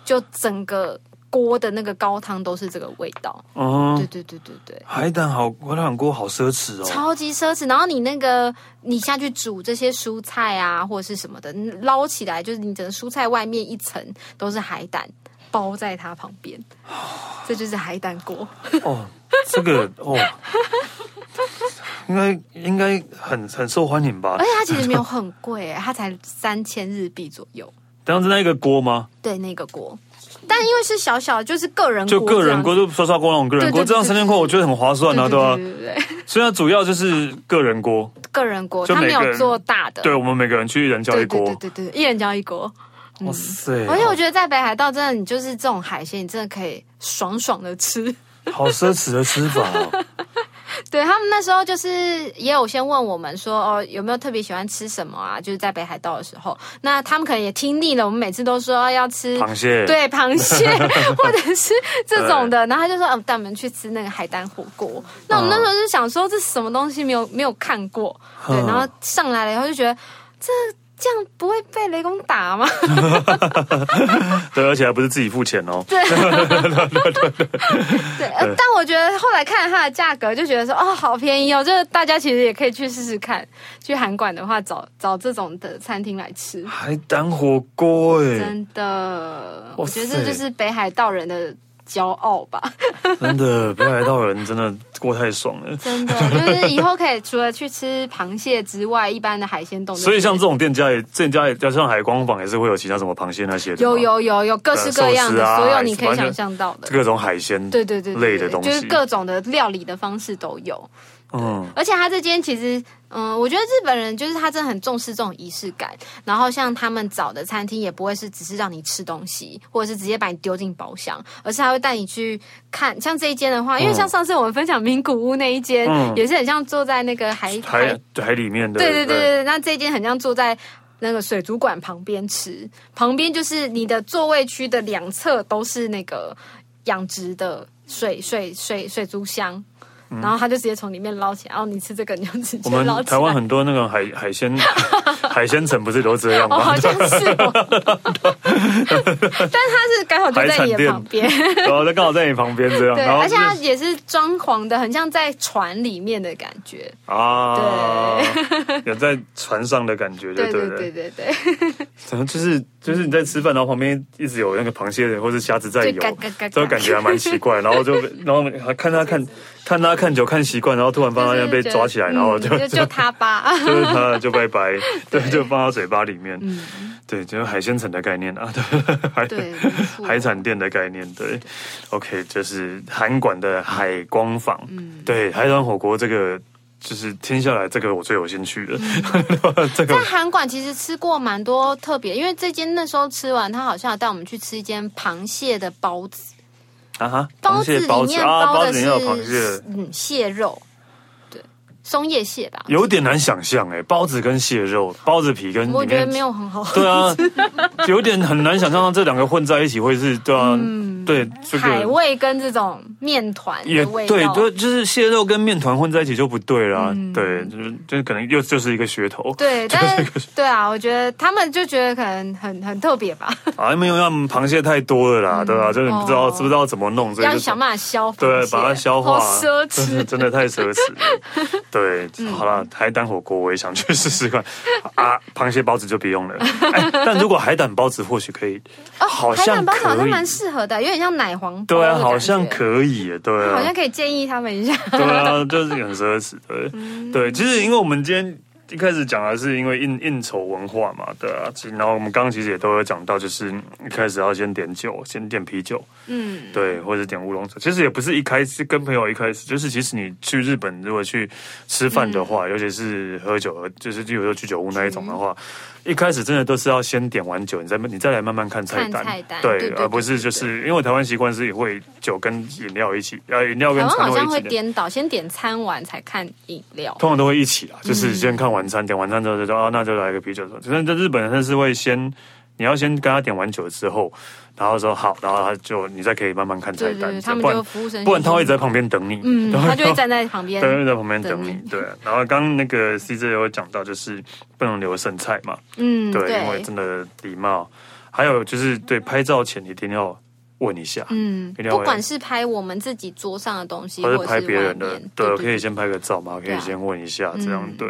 Speaker 2: 就整个锅的那个高汤都是这个味道。对
Speaker 1: 嗯，
Speaker 2: 对对对对。
Speaker 1: 海胆好，海胆锅好奢侈哦。
Speaker 2: 超级奢侈，然后你那个你下去煮这些蔬菜啊，或者是什么的，你捞起来就是你整个蔬菜外面一层都是海胆，包在它旁边， 这就是海胆锅。
Speaker 1: 哦，这个哦，应该应该很很受欢迎吧
Speaker 2: 而？且它其实没有很贵、它才三千日币左右。
Speaker 1: 当时那个锅吗？
Speaker 2: 对，那个锅，但因为是小小的，就是个人锅
Speaker 1: 就个人锅，
Speaker 2: 这样子。
Speaker 1: 就刷刷锅那种个人锅，
Speaker 2: 对对对
Speaker 1: 这样三千块我觉得很划算啊，
Speaker 2: 对
Speaker 1: 对吧
Speaker 2: 对？对对对，
Speaker 1: 虽然主要就是个人锅，
Speaker 2: 个人锅，
Speaker 1: 就
Speaker 2: 它没
Speaker 1: 每个
Speaker 2: 有
Speaker 1: 人
Speaker 2: 做大的，
Speaker 1: 对我们每个人去一人叫一
Speaker 2: 对
Speaker 1: 锅
Speaker 2: 对。对对对，一人交一锅。
Speaker 1: 哇塞，
Speaker 2: 而且我觉得在北海道，真的你就是这种海鲜，你真的可以爽爽的吃。
Speaker 1: 好奢侈的吃法 哦。
Speaker 2: 对他们那时候就是也有先问我们说哦有没有特别喜欢吃什么啊？就是在北海道的时候，那他们可能也听腻了，我们每次都说要吃
Speaker 1: 螃蟹，
Speaker 2: 对螃 蟹或者是这种的，然后他就说嗯带我们去吃那个海胆火锅。那我们那时候就想说这是什么东西没有没有看过，对，
Speaker 1: 嗯
Speaker 2: 然后上来了以后就觉得这。这样不会被雷公打吗？
Speaker 1: 对，而且还不是自己付钱哦。
Speaker 2: 对，对，呃但我觉得后来看它的价格，就觉得说哦，好便宜哦，就是大家其实也可以去试试看，去韩馆的话找找这种的餐厅来吃，
Speaker 1: 海胆火锅，哎，
Speaker 2: 真的，
Speaker 1: 哇
Speaker 2: 我
Speaker 1: 塞
Speaker 2: 觉得这就是北海道人的骄傲吧，
Speaker 1: 真的北海道人真的过太爽了。
Speaker 2: 真的， 就是以后可以除了去吃螃蟹之外，一般的海鲜冻，
Speaker 1: 所以像这种店家也，店家也加上海光坊也是会有其他什么螃蟹那些的吗，
Speaker 2: 有有有有各式各样
Speaker 1: 寿
Speaker 2: 的，
Speaker 1: 司啊
Speaker 2: 所有你可以
Speaker 1: 反正
Speaker 2: 想象到的。
Speaker 1: 各种海鲜，
Speaker 2: 对对对对
Speaker 1: 类的
Speaker 2: 对
Speaker 1: 东西
Speaker 2: 就是各种的料理的方式都有。
Speaker 1: 嗯，
Speaker 2: 而且他这间其实，嗯，我觉得日本人就是他真的很重视这种仪式感。然后像他们找的餐厅也不会是只是让你吃东西，或者是直接把你丢进包厢，而是他会带你去看。像这一间的话，因为像上次我们分享名古屋那一间，
Speaker 1: 嗯
Speaker 2: 也是很像坐在那个海
Speaker 1: 海海里面的，
Speaker 2: 对对对对，对，那这间很像坐在。那个水族馆旁边吃，旁边就是你的座位区的两侧都是那个养殖的水水水水族箱。然后他就直接从里面捞起来，然后你吃这个你就直
Speaker 1: 嗯我
Speaker 2: 接捞起来。
Speaker 1: 们台湾很多那个海海鲜海鲜城不是都这样
Speaker 2: 哦，
Speaker 1: 吗
Speaker 2: 好？像是哦，但它是刚好就在你的旁边，
Speaker 1: 然后它啊刚好在你旁边这样，
Speaker 2: 对，
Speaker 1: 然后
Speaker 2: 而
Speaker 1: 就
Speaker 2: 且
Speaker 1: 是
Speaker 2: 它也是装潢的，很像在船里面的感觉，
Speaker 1: 啊，有在船上的感觉，就
Speaker 2: 对
Speaker 1: 对
Speaker 2: 对
Speaker 1: 了。
Speaker 2: 对对对，
Speaker 1: 然后就是就是你在吃饭，然后旁边一直有那个螃蟹或是虾子在游
Speaker 2: 就嘎嘎嘎嘎，
Speaker 1: 这个感觉还蛮奇怪。然后就 然后看他看看他看久看习惯，然后突然发
Speaker 2: 就
Speaker 1: 现
Speaker 2: 是
Speaker 1: 被
Speaker 2: 觉得
Speaker 1: 抓起来，然后
Speaker 2: 嗯
Speaker 1: 就
Speaker 2: 就就 它吧，
Speaker 1: 就是它就拜 拜，对，就放到嘴巴里面，对，就是海鲜城的概念啊， 对，海
Speaker 2: 嗯对没错
Speaker 1: 海产店的概念，对，OK，就是韩馆的海光坊，
Speaker 2: 嗯
Speaker 1: 对，海产火锅这个就是听下来这个我最有兴趣的， 这个
Speaker 2: 嗯 在韩馆其实吃过蛮多特别，因为这间那时候吃完，他好像有带我们去吃一间螃蟹的包子，
Speaker 1: 啊哈，螃
Speaker 2: 包子
Speaker 1: 蟹
Speaker 2: 里
Speaker 1: 包子
Speaker 2: 面
Speaker 1: 啊，
Speaker 2: 包
Speaker 1: 包子
Speaker 2: 的
Speaker 1: 里
Speaker 2: 是
Speaker 1: 面有螃蟹。
Speaker 2: 嗯蟹肉，对，松叶蟹吧，
Speaker 1: 有点难想象哎，包子跟蟹肉，包子皮跟里面
Speaker 2: 我觉得没有很好喝。
Speaker 1: 对 啊，有点很难想象这两个混在一起会是对啊，对这个
Speaker 2: 嗯 海味跟这种面团
Speaker 1: 也
Speaker 2: 的味道，嗯
Speaker 1: 对，就就是蟹肉跟面团混在一起就不对啦，对，就是就是可能又就是一个噱头
Speaker 2: 对但是对啊，我觉得他们就觉得可能很很特别吧，
Speaker 1: 啊，没有让螃蟹太多了啦，对吧、就是你不知道、
Speaker 2: 哦
Speaker 1: 知不知道怎么弄，所以
Speaker 2: 要
Speaker 1: 就
Speaker 2: 想办法消化，
Speaker 1: 对把它消化，
Speaker 2: 好奢
Speaker 1: 真的
Speaker 2: 侈。嗯
Speaker 1: 真的太奢侈了。 对，好了，海胆火锅我也想去试试看啊，螃蟹包子就不用了，哎但如果海胆包子或许可以，好
Speaker 2: 哦海
Speaker 1: 像
Speaker 2: 胆包子好
Speaker 1: 可
Speaker 2: 像
Speaker 1: 以。
Speaker 2: 蛮适合的，有点像奶黄包
Speaker 1: 对
Speaker 2: 的
Speaker 1: 啊，
Speaker 2: 感觉。
Speaker 1: 好像可以耶，对啊，
Speaker 2: 好像可以建议他们一下。
Speaker 1: 对啊，就是很奢侈，对、
Speaker 2: 嗯
Speaker 1: 对。其实因为我们今天一开始讲的是因为应应酬文化嘛，对啊。其然后我们刚刚其实也都有讲到，就是一开始要先点酒，先点啤酒，
Speaker 2: 嗯，
Speaker 1: 对，或者点乌龙茶。其实也不是一开始跟朋友一开始，就是其实你去日本如果去吃饭的
Speaker 2: 嗯
Speaker 1: 话，尤其是喝酒，就是有时候去酒屋那一种的话，一开始真的都是要先点完酒，你再你再来慢慢看菜单，
Speaker 2: 看菜单对
Speaker 1: 对，
Speaker 2: 对
Speaker 1: 而不是
Speaker 2: 对对
Speaker 1: 就是因为我台湾习惯是会酒跟饮料一起，呃，饮料
Speaker 2: 台
Speaker 1: 跟
Speaker 2: 湾
Speaker 1: 餐
Speaker 2: 好
Speaker 1: 会一
Speaker 2: 像
Speaker 1: 起
Speaker 2: 会
Speaker 1: 的
Speaker 2: 颠倒，先点餐完才看饮料。
Speaker 1: 通常都会一起啦，
Speaker 2: 嗯
Speaker 1: 就是先看晚餐，点完餐之后就说啊，那就来个啤酒。反正在日本人是会先，你要先跟他点完酒之后，然后说好，然后他就你再可以慢慢看菜
Speaker 2: 对对
Speaker 1: 单
Speaker 2: 对，，他们
Speaker 1: 不然
Speaker 2: 就服务生
Speaker 1: 不然他会在旁边等你，
Speaker 2: 嗯，他就会站在旁边。
Speaker 1: 对，会在旁边等
Speaker 2: 等
Speaker 1: 你
Speaker 2: 你。
Speaker 1: 对，啊然后刚刚那个 CJ 有讲到，就是不能留剩菜嘛，
Speaker 2: 嗯，
Speaker 1: 对，因为真的礼貌，还有就是对拍照前一定要问一下，
Speaker 2: 嗯，
Speaker 1: 一定要
Speaker 2: 不管是拍我们自己桌上的东西，
Speaker 1: 或
Speaker 2: 或
Speaker 1: 者拍别人
Speaker 2: 外
Speaker 1: 的
Speaker 2: 面，
Speaker 1: 对，可以。先拍个照嘛，可
Speaker 2: 对啊嗯
Speaker 1: 以先问一下，这样对。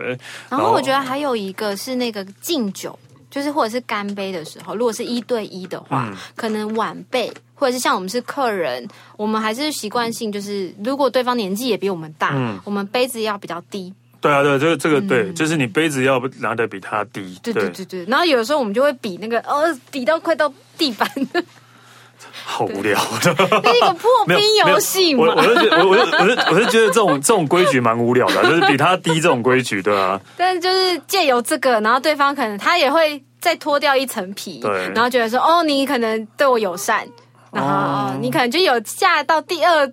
Speaker 2: 然后我觉得还有一个是那个敬酒，就是或者是干杯的时候，如果是一对一的话，
Speaker 1: 嗯
Speaker 2: 可能晚辈或者是像我们是客人，我们还是习惯性就是，如果对方年纪也比我们大，
Speaker 1: 嗯
Speaker 2: 我们杯子要比较低。
Speaker 1: 对啊，对，这个这个对，就是你杯子要拿得比他低，
Speaker 2: 嗯对对对对。然后有的时候我们就会比那个呃，比到快到 地板，
Speaker 1: 好无聊。
Speaker 2: 那是一个破
Speaker 1: 没有
Speaker 2: 冰
Speaker 1: 没有
Speaker 2: 游戏
Speaker 1: 我我
Speaker 2: 嘛。
Speaker 1: 就觉得我我就我就我就觉得这种这种规矩蛮无聊 的，啊就是比他低这种规矩，对啊，
Speaker 2: 但是就是借由这个，然后对方可能他也会再脱掉一层皮，
Speaker 1: 对
Speaker 2: 然后觉得说哦，你可能对我友善，然后、
Speaker 1: 哦
Speaker 2: 哦、你可能就有下到第二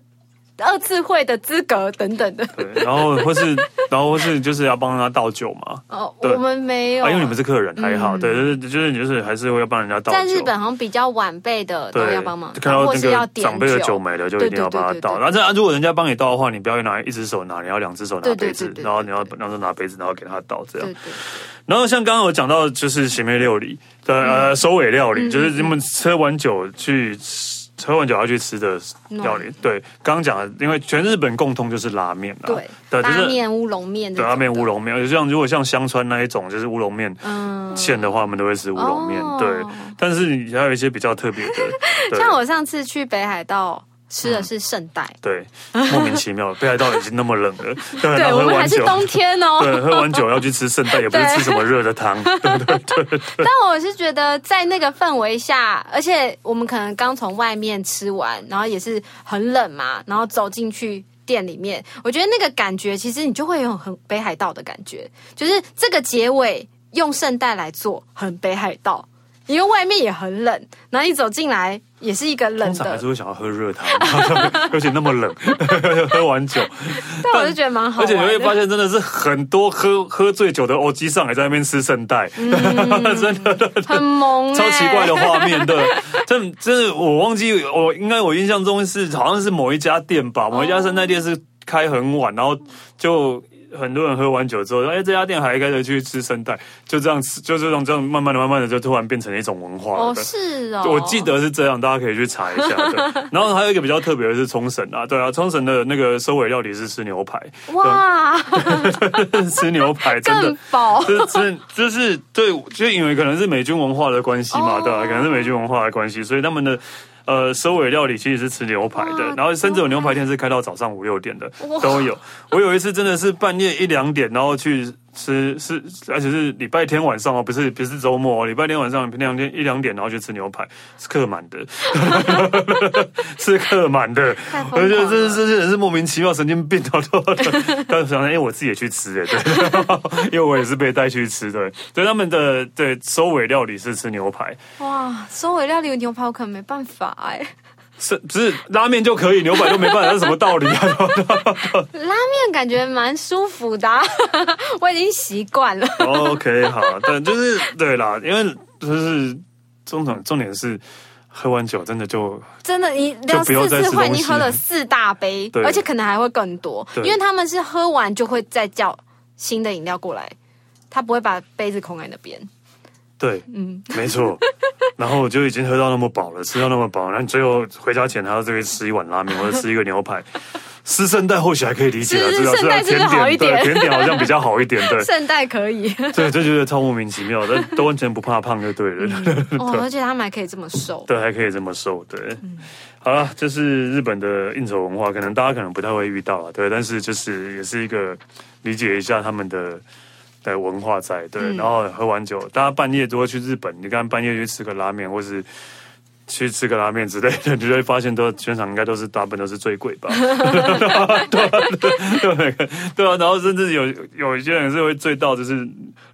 Speaker 2: 二次会的资格等等的。
Speaker 1: 对，然后或是然后或是就是要帮他倒酒嘛，
Speaker 2: 哦，
Speaker 1: 对
Speaker 2: 我们没有，
Speaker 1: 啊，因为你们是客人还好，对，就是就是你就是还是会要帮人家倒酒。
Speaker 2: 在嗯日本好像比较晚辈的都
Speaker 1: 对，
Speaker 2: 要帮忙，
Speaker 1: 看到
Speaker 2: 或
Speaker 1: 那
Speaker 2: 是要
Speaker 1: 个
Speaker 2: 点
Speaker 1: 长辈的酒没了，就一定要帮他
Speaker 2: 对对对对
Speaker 1: 倒。
Speaker 2: 对
Speaker 1: 然后这样，如果人家帮你倒的话，你不要拿一只手拿，你要两只手拿
Speaker 2: 对对
Speaker 1: 杯子
Speaker 2: 对，对对
Speaker 1: 然后你要两手拿杯子，然后给他倒这样
Speaker 2: 对。对
Speaker 1: 然后像刚刚我讲到，就是邪魅料理的、
Speaker 2: 嗯
Speaker 1: 呃收尾料理，就是你们喝完酒去吃喝完酒要去吃的料
Speaker 2: 嗯
Speaker 1: 理。对，刚刚讲的，因为全日本共通就是拉面啊，
Speaker 2: 对，
Speaker 1: 对，就
Speaker 2: 拉
Speaker 1: 是
Speaker 2: 面乌龙面
Speaker 1: 对
Speaker 2: 这种的，
Speaker 1: 拉面乌龙面，就像如果像香川那一种就是乌龙面
Speaker 2: 嗯，
Speaker 1: 馅的话，我们都会吃乌龙面。
Speaker 2: 哦
Speaker 1: 对，但是你还有一些比较特 别的，对
Speaker 2: 像我上次去北海道吃的是圣代，
Speaker 1: 对莫名其 妙，北海道已经那么冷了，对，然
Speaker 2: 对
Speaker 1: 后
Speaker 2: 我
Speaker 1: 喝
Speaker 2: 们还
Speaker 1: 完
Speaker 2: 是
Speaker 1: 酒。
Speaker 2: 冬天哦。
Speaker 1: 对，喝完酒要去吃圣代，也不是
Speaker 2: 对
Speaker 1: 吃什么热的 汤， 对对对，
Speaker 2: 但我是觉得在那个氛围下，而且我们可能刚从外面吃完，然后也是很冷嘛，然后走进去。店里面，我觉得那个感觉，其实你就会有很北海道的感觉，就是这个结尾用圣诞来做，很北海道，因为外面也很冷，然后一走进来也是一个冷
Speaker 1: 通常还
Speaker 2: 的
Speaker 1: 是，会想要喝热汤，而且那么冷， 喝完酒，
Speaker 2: 但我就觉得蛮好
Speaker 1: 而
Speaker 2: 玩的。
Speaker 1: 且你会发现真的是很多喝喝醉酒的欧基上还在那边吃圣代，
Speaker 2: 嗯
Speaker 1: 真的
Speaker 2: 很萌、欸，
Speaker 1: 超奇怪的画面，对，真的真的我忘记我应该我印象中是好像是某一家店吧，某一家圣代店是开很晚，然后就。很多人喝完酒之后，哎，这家店还开着去吃圣代，就这样吃，就这样这样慢慢的、慢慢的，就突然变成了一种文化了。
Speaker 2: 哦，
Speaker 1: 对
Speaker 2: 是哦，
Speaker 1: 我记得是这样，大家可以去查一下。 对，然后还有一个比较特别的是冲绳啊，对啊，冲绳的那个收尾料理是吃牛排，
Speaker 2: 哇，
Speaker 1: 吃牛排真的
Speaker 2: 更。饱，
Speaker 1: 就是真就是对，就因为可能是美军文化的关系嘛，
Speaker 2: 哦
Speaker 1: 对啊吧、可能是美军文化的关系，所以他们的呃收尾料理其实是吃牛排的
Speaker 2: 哇，
Speaker 1: 然后甚至有牛排店是开到早上五六点的
Speaker 2: 哇
Speaker 1: 都有。我有一次真的是半夜一两点，然后去吃是，而且是礼拜天晚上哦，不是不是周末哦，礼拜天晚上两天一两点，然后去吃牛排，是客满的， 是客满的
Speaker 2: 太，疯狂
Speaker 1: 我就
Speaker 2: 了
Speaker 1: 觉得这这些人是莫名其妙神经病到到的，但是想想，哎，我自己也去吃哎，对， 因为我也是被带去吃的，对他们的对收尾料理是吃牛排，
Speaker 2: 哇，收尾料理有牛排我可能没办法哎、
Speaker 1: 是不是拉面就可以，牛排就没办法，是什么道理啊？
Speaker 2: 拉面感觉蛮舒服的啊、 我已经习惯了。
Speaker 1: OK，好，但就是对啦，因为就是重点重点是喝完酒真的就
Speaker 2: 真的，你
Speaker 1: 就
Speaker 2: 要
Speaker 1: 不要
Speaker 2: 四
Speaker 1: 再吃
Speaker 2: 次会，
Speaker 1: 东
Speaker 2: 你
Speaker 1: 西
Speaker 2: 喝了四大杯
Speaker 1: 对，
Speaker 2: 而且可能还会更多，
Speaker 1: 对
Speaker 2: 因为他们是喝完就会再叫新的饮料过来，他不会把杯子空在那边。
Speaker 1: 对，
Speaker 2: 嗯，
Speaker 1: 没 错。然后我就已经喝到那么饱了，吃到那么饱，然后最后回家前还要这个吃一碗拉 面或者吃一个牛排。吃圣代或许还可以理解了，
Speaker 2: 是
Speaker 1: 至少
Speaker 2: 圣代
Speaker 1: 甜
Speaker 2: 是不是好
Speaker 1: 点
Speaker 2: 一
Speaker 1: 对
Speaker 2: 点
Speaker 1: 甜点好像比较好一点， 对
Speaker 2: 圣代可以
Speaker 1: 对，就觉得超莫名其妙，但都完全不怕胖就对了。
Speaker 2: 哦，而且他们还可以这么瘦。
Speaker 1: 对，还可以这么瘦，对。好了，这是日本的应酬文化，可能大家可能不太会遇到啊，对，但是就是也是一个理解一下他们的的文化在，对。然后喝完酒，大家半夜都会去日本，你看半夜去吃个拉面，或是去吃个拉面之类的，你就会发现都全场应该都是大部分都是醉鬼吧。啊对啊，然后甚至有有一些人是会醉到就是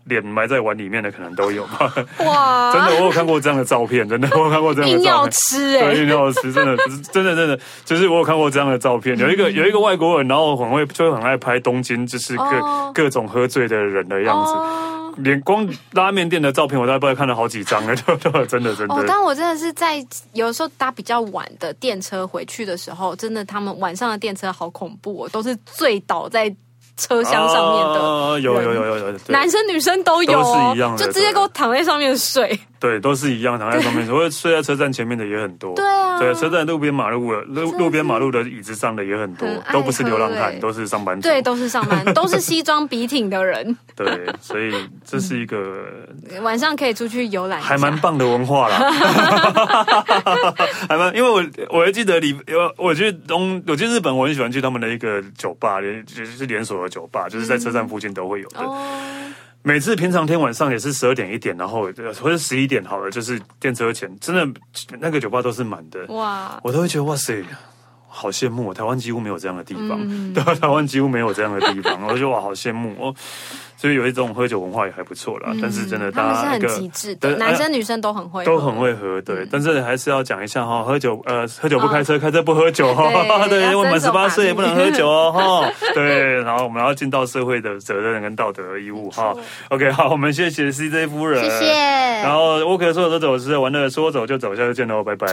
Speaker 1: 脸埋在碗里面的，可能都有吧。真
Speaker 2: 哇，
Speaker 1: 的，我有看过这样的照片，真的，我有看过这样的
Speaker 2: 啊硬
Speaker 1: 照
Speaker 2: 要
Speaker 1: 片。
Speaker 2: 吃哎、
Speaker 1: 对，硬要吃，真的，真的，真的，就是我有看过这样的照片，有一个
Speaker 2: 嗯
Speaker 1: 有一个外国人，然后很会，就很爱拍东京，就是各、
Speaker 2: 哦
Speaker 1: 各种喝醉的人的样子，
Speaker 2: 哦
Speaker 1: 连光拉面店的照片，我大概不知道看了好几张 了，对对，真的，真的。
Speaker 2: 哦，但我真的是在有时候搭比较晚的电车回去的时候，真的他们晚上的电车好恐怖哦，都是醉倒在车厢上面的。
Speaker 1: 啊有有有有有，对
Speaker 2: 男生女生都有、哦，
Speaker 1: 都是一样的
Speaker 2: 就直接给我躺在上 面睡。
Speaker 1: 对，都是一样，躺在上 面，我睡在车站前面的也很多，
Speaker 2: 对啊
Speaker 1: 对，车站路边马路的路
Speaker 2: 真的是
Speaker 1: 路边马路的椅子上的也很多
Speaker 2: 很，爱
Speaker 1: 都不是流浪
Speaker 2: 喝
Speaker 1: 汉，
Speaker 2: 欸
Speaker 1: 都是上班族，
Speaker 2: 对，都是上班，都是西装笔挺的 人，
Speaker 1: 对，所以这是一个
Speaker 2: 晚上可以出去游览一下，
Speaker 1: 还蛮棒的文化啦，还蛮，因为我我还记得里，我我去东，我去日本，我很喜欢去他们的一个酒吧，连就是连锁的酒吧，就是在车站附近都会有的。
Speaker 2: 哦。
Speaker 1: 每次平常天晚上也是十二点一点，然后呃或者十一点好了，就是电车前，真的那个酒吧都是满的，
Speaker 2: 哇，
Speaker 1: 我都会觉得哇塞。好羡慕哦，台湾几乎没有这样的地方，
Speaker 2: 嗯
Speaker 1: 对啊，台湾几乎没有这样的地方，我就哇，好羡慕哦。所以有一种喝酒文化也还不错啦，但是真的
Speaker 2: 嗯他们
Speaker 1: 大
Speaker 2: 是
Speaker 1: 家那个
Speaker 2: 很极致
Speaker 1: 对
Speaker 2: 的，男
Speaker 1: 哎
Speaker 2: 生女生都很嗯会，
Speaker 1: 都很。会喝，对，但是还是要讲一下哈，喝酒呃，喝酒不开车，开车不喝 酒哈，
Speaker 2: 哦 对
Speaker 1: 对，
Speaker 2: 要
Speaker 1: 因为我们十
Speaker 2: 遵守
Speaker 1: 八岁
Speaker 2: 法律
Speaker 1: 也不能喝酒 哦哈，对，然后我们要尽到社会的责任跟道德义务哈。OK，好，我们谢谢 CJ 夫人，
Speaker 2: 谢谢。
Speaker 1: 然后我可说走就走，是玩乐说走就走，下次见喽，拜拜。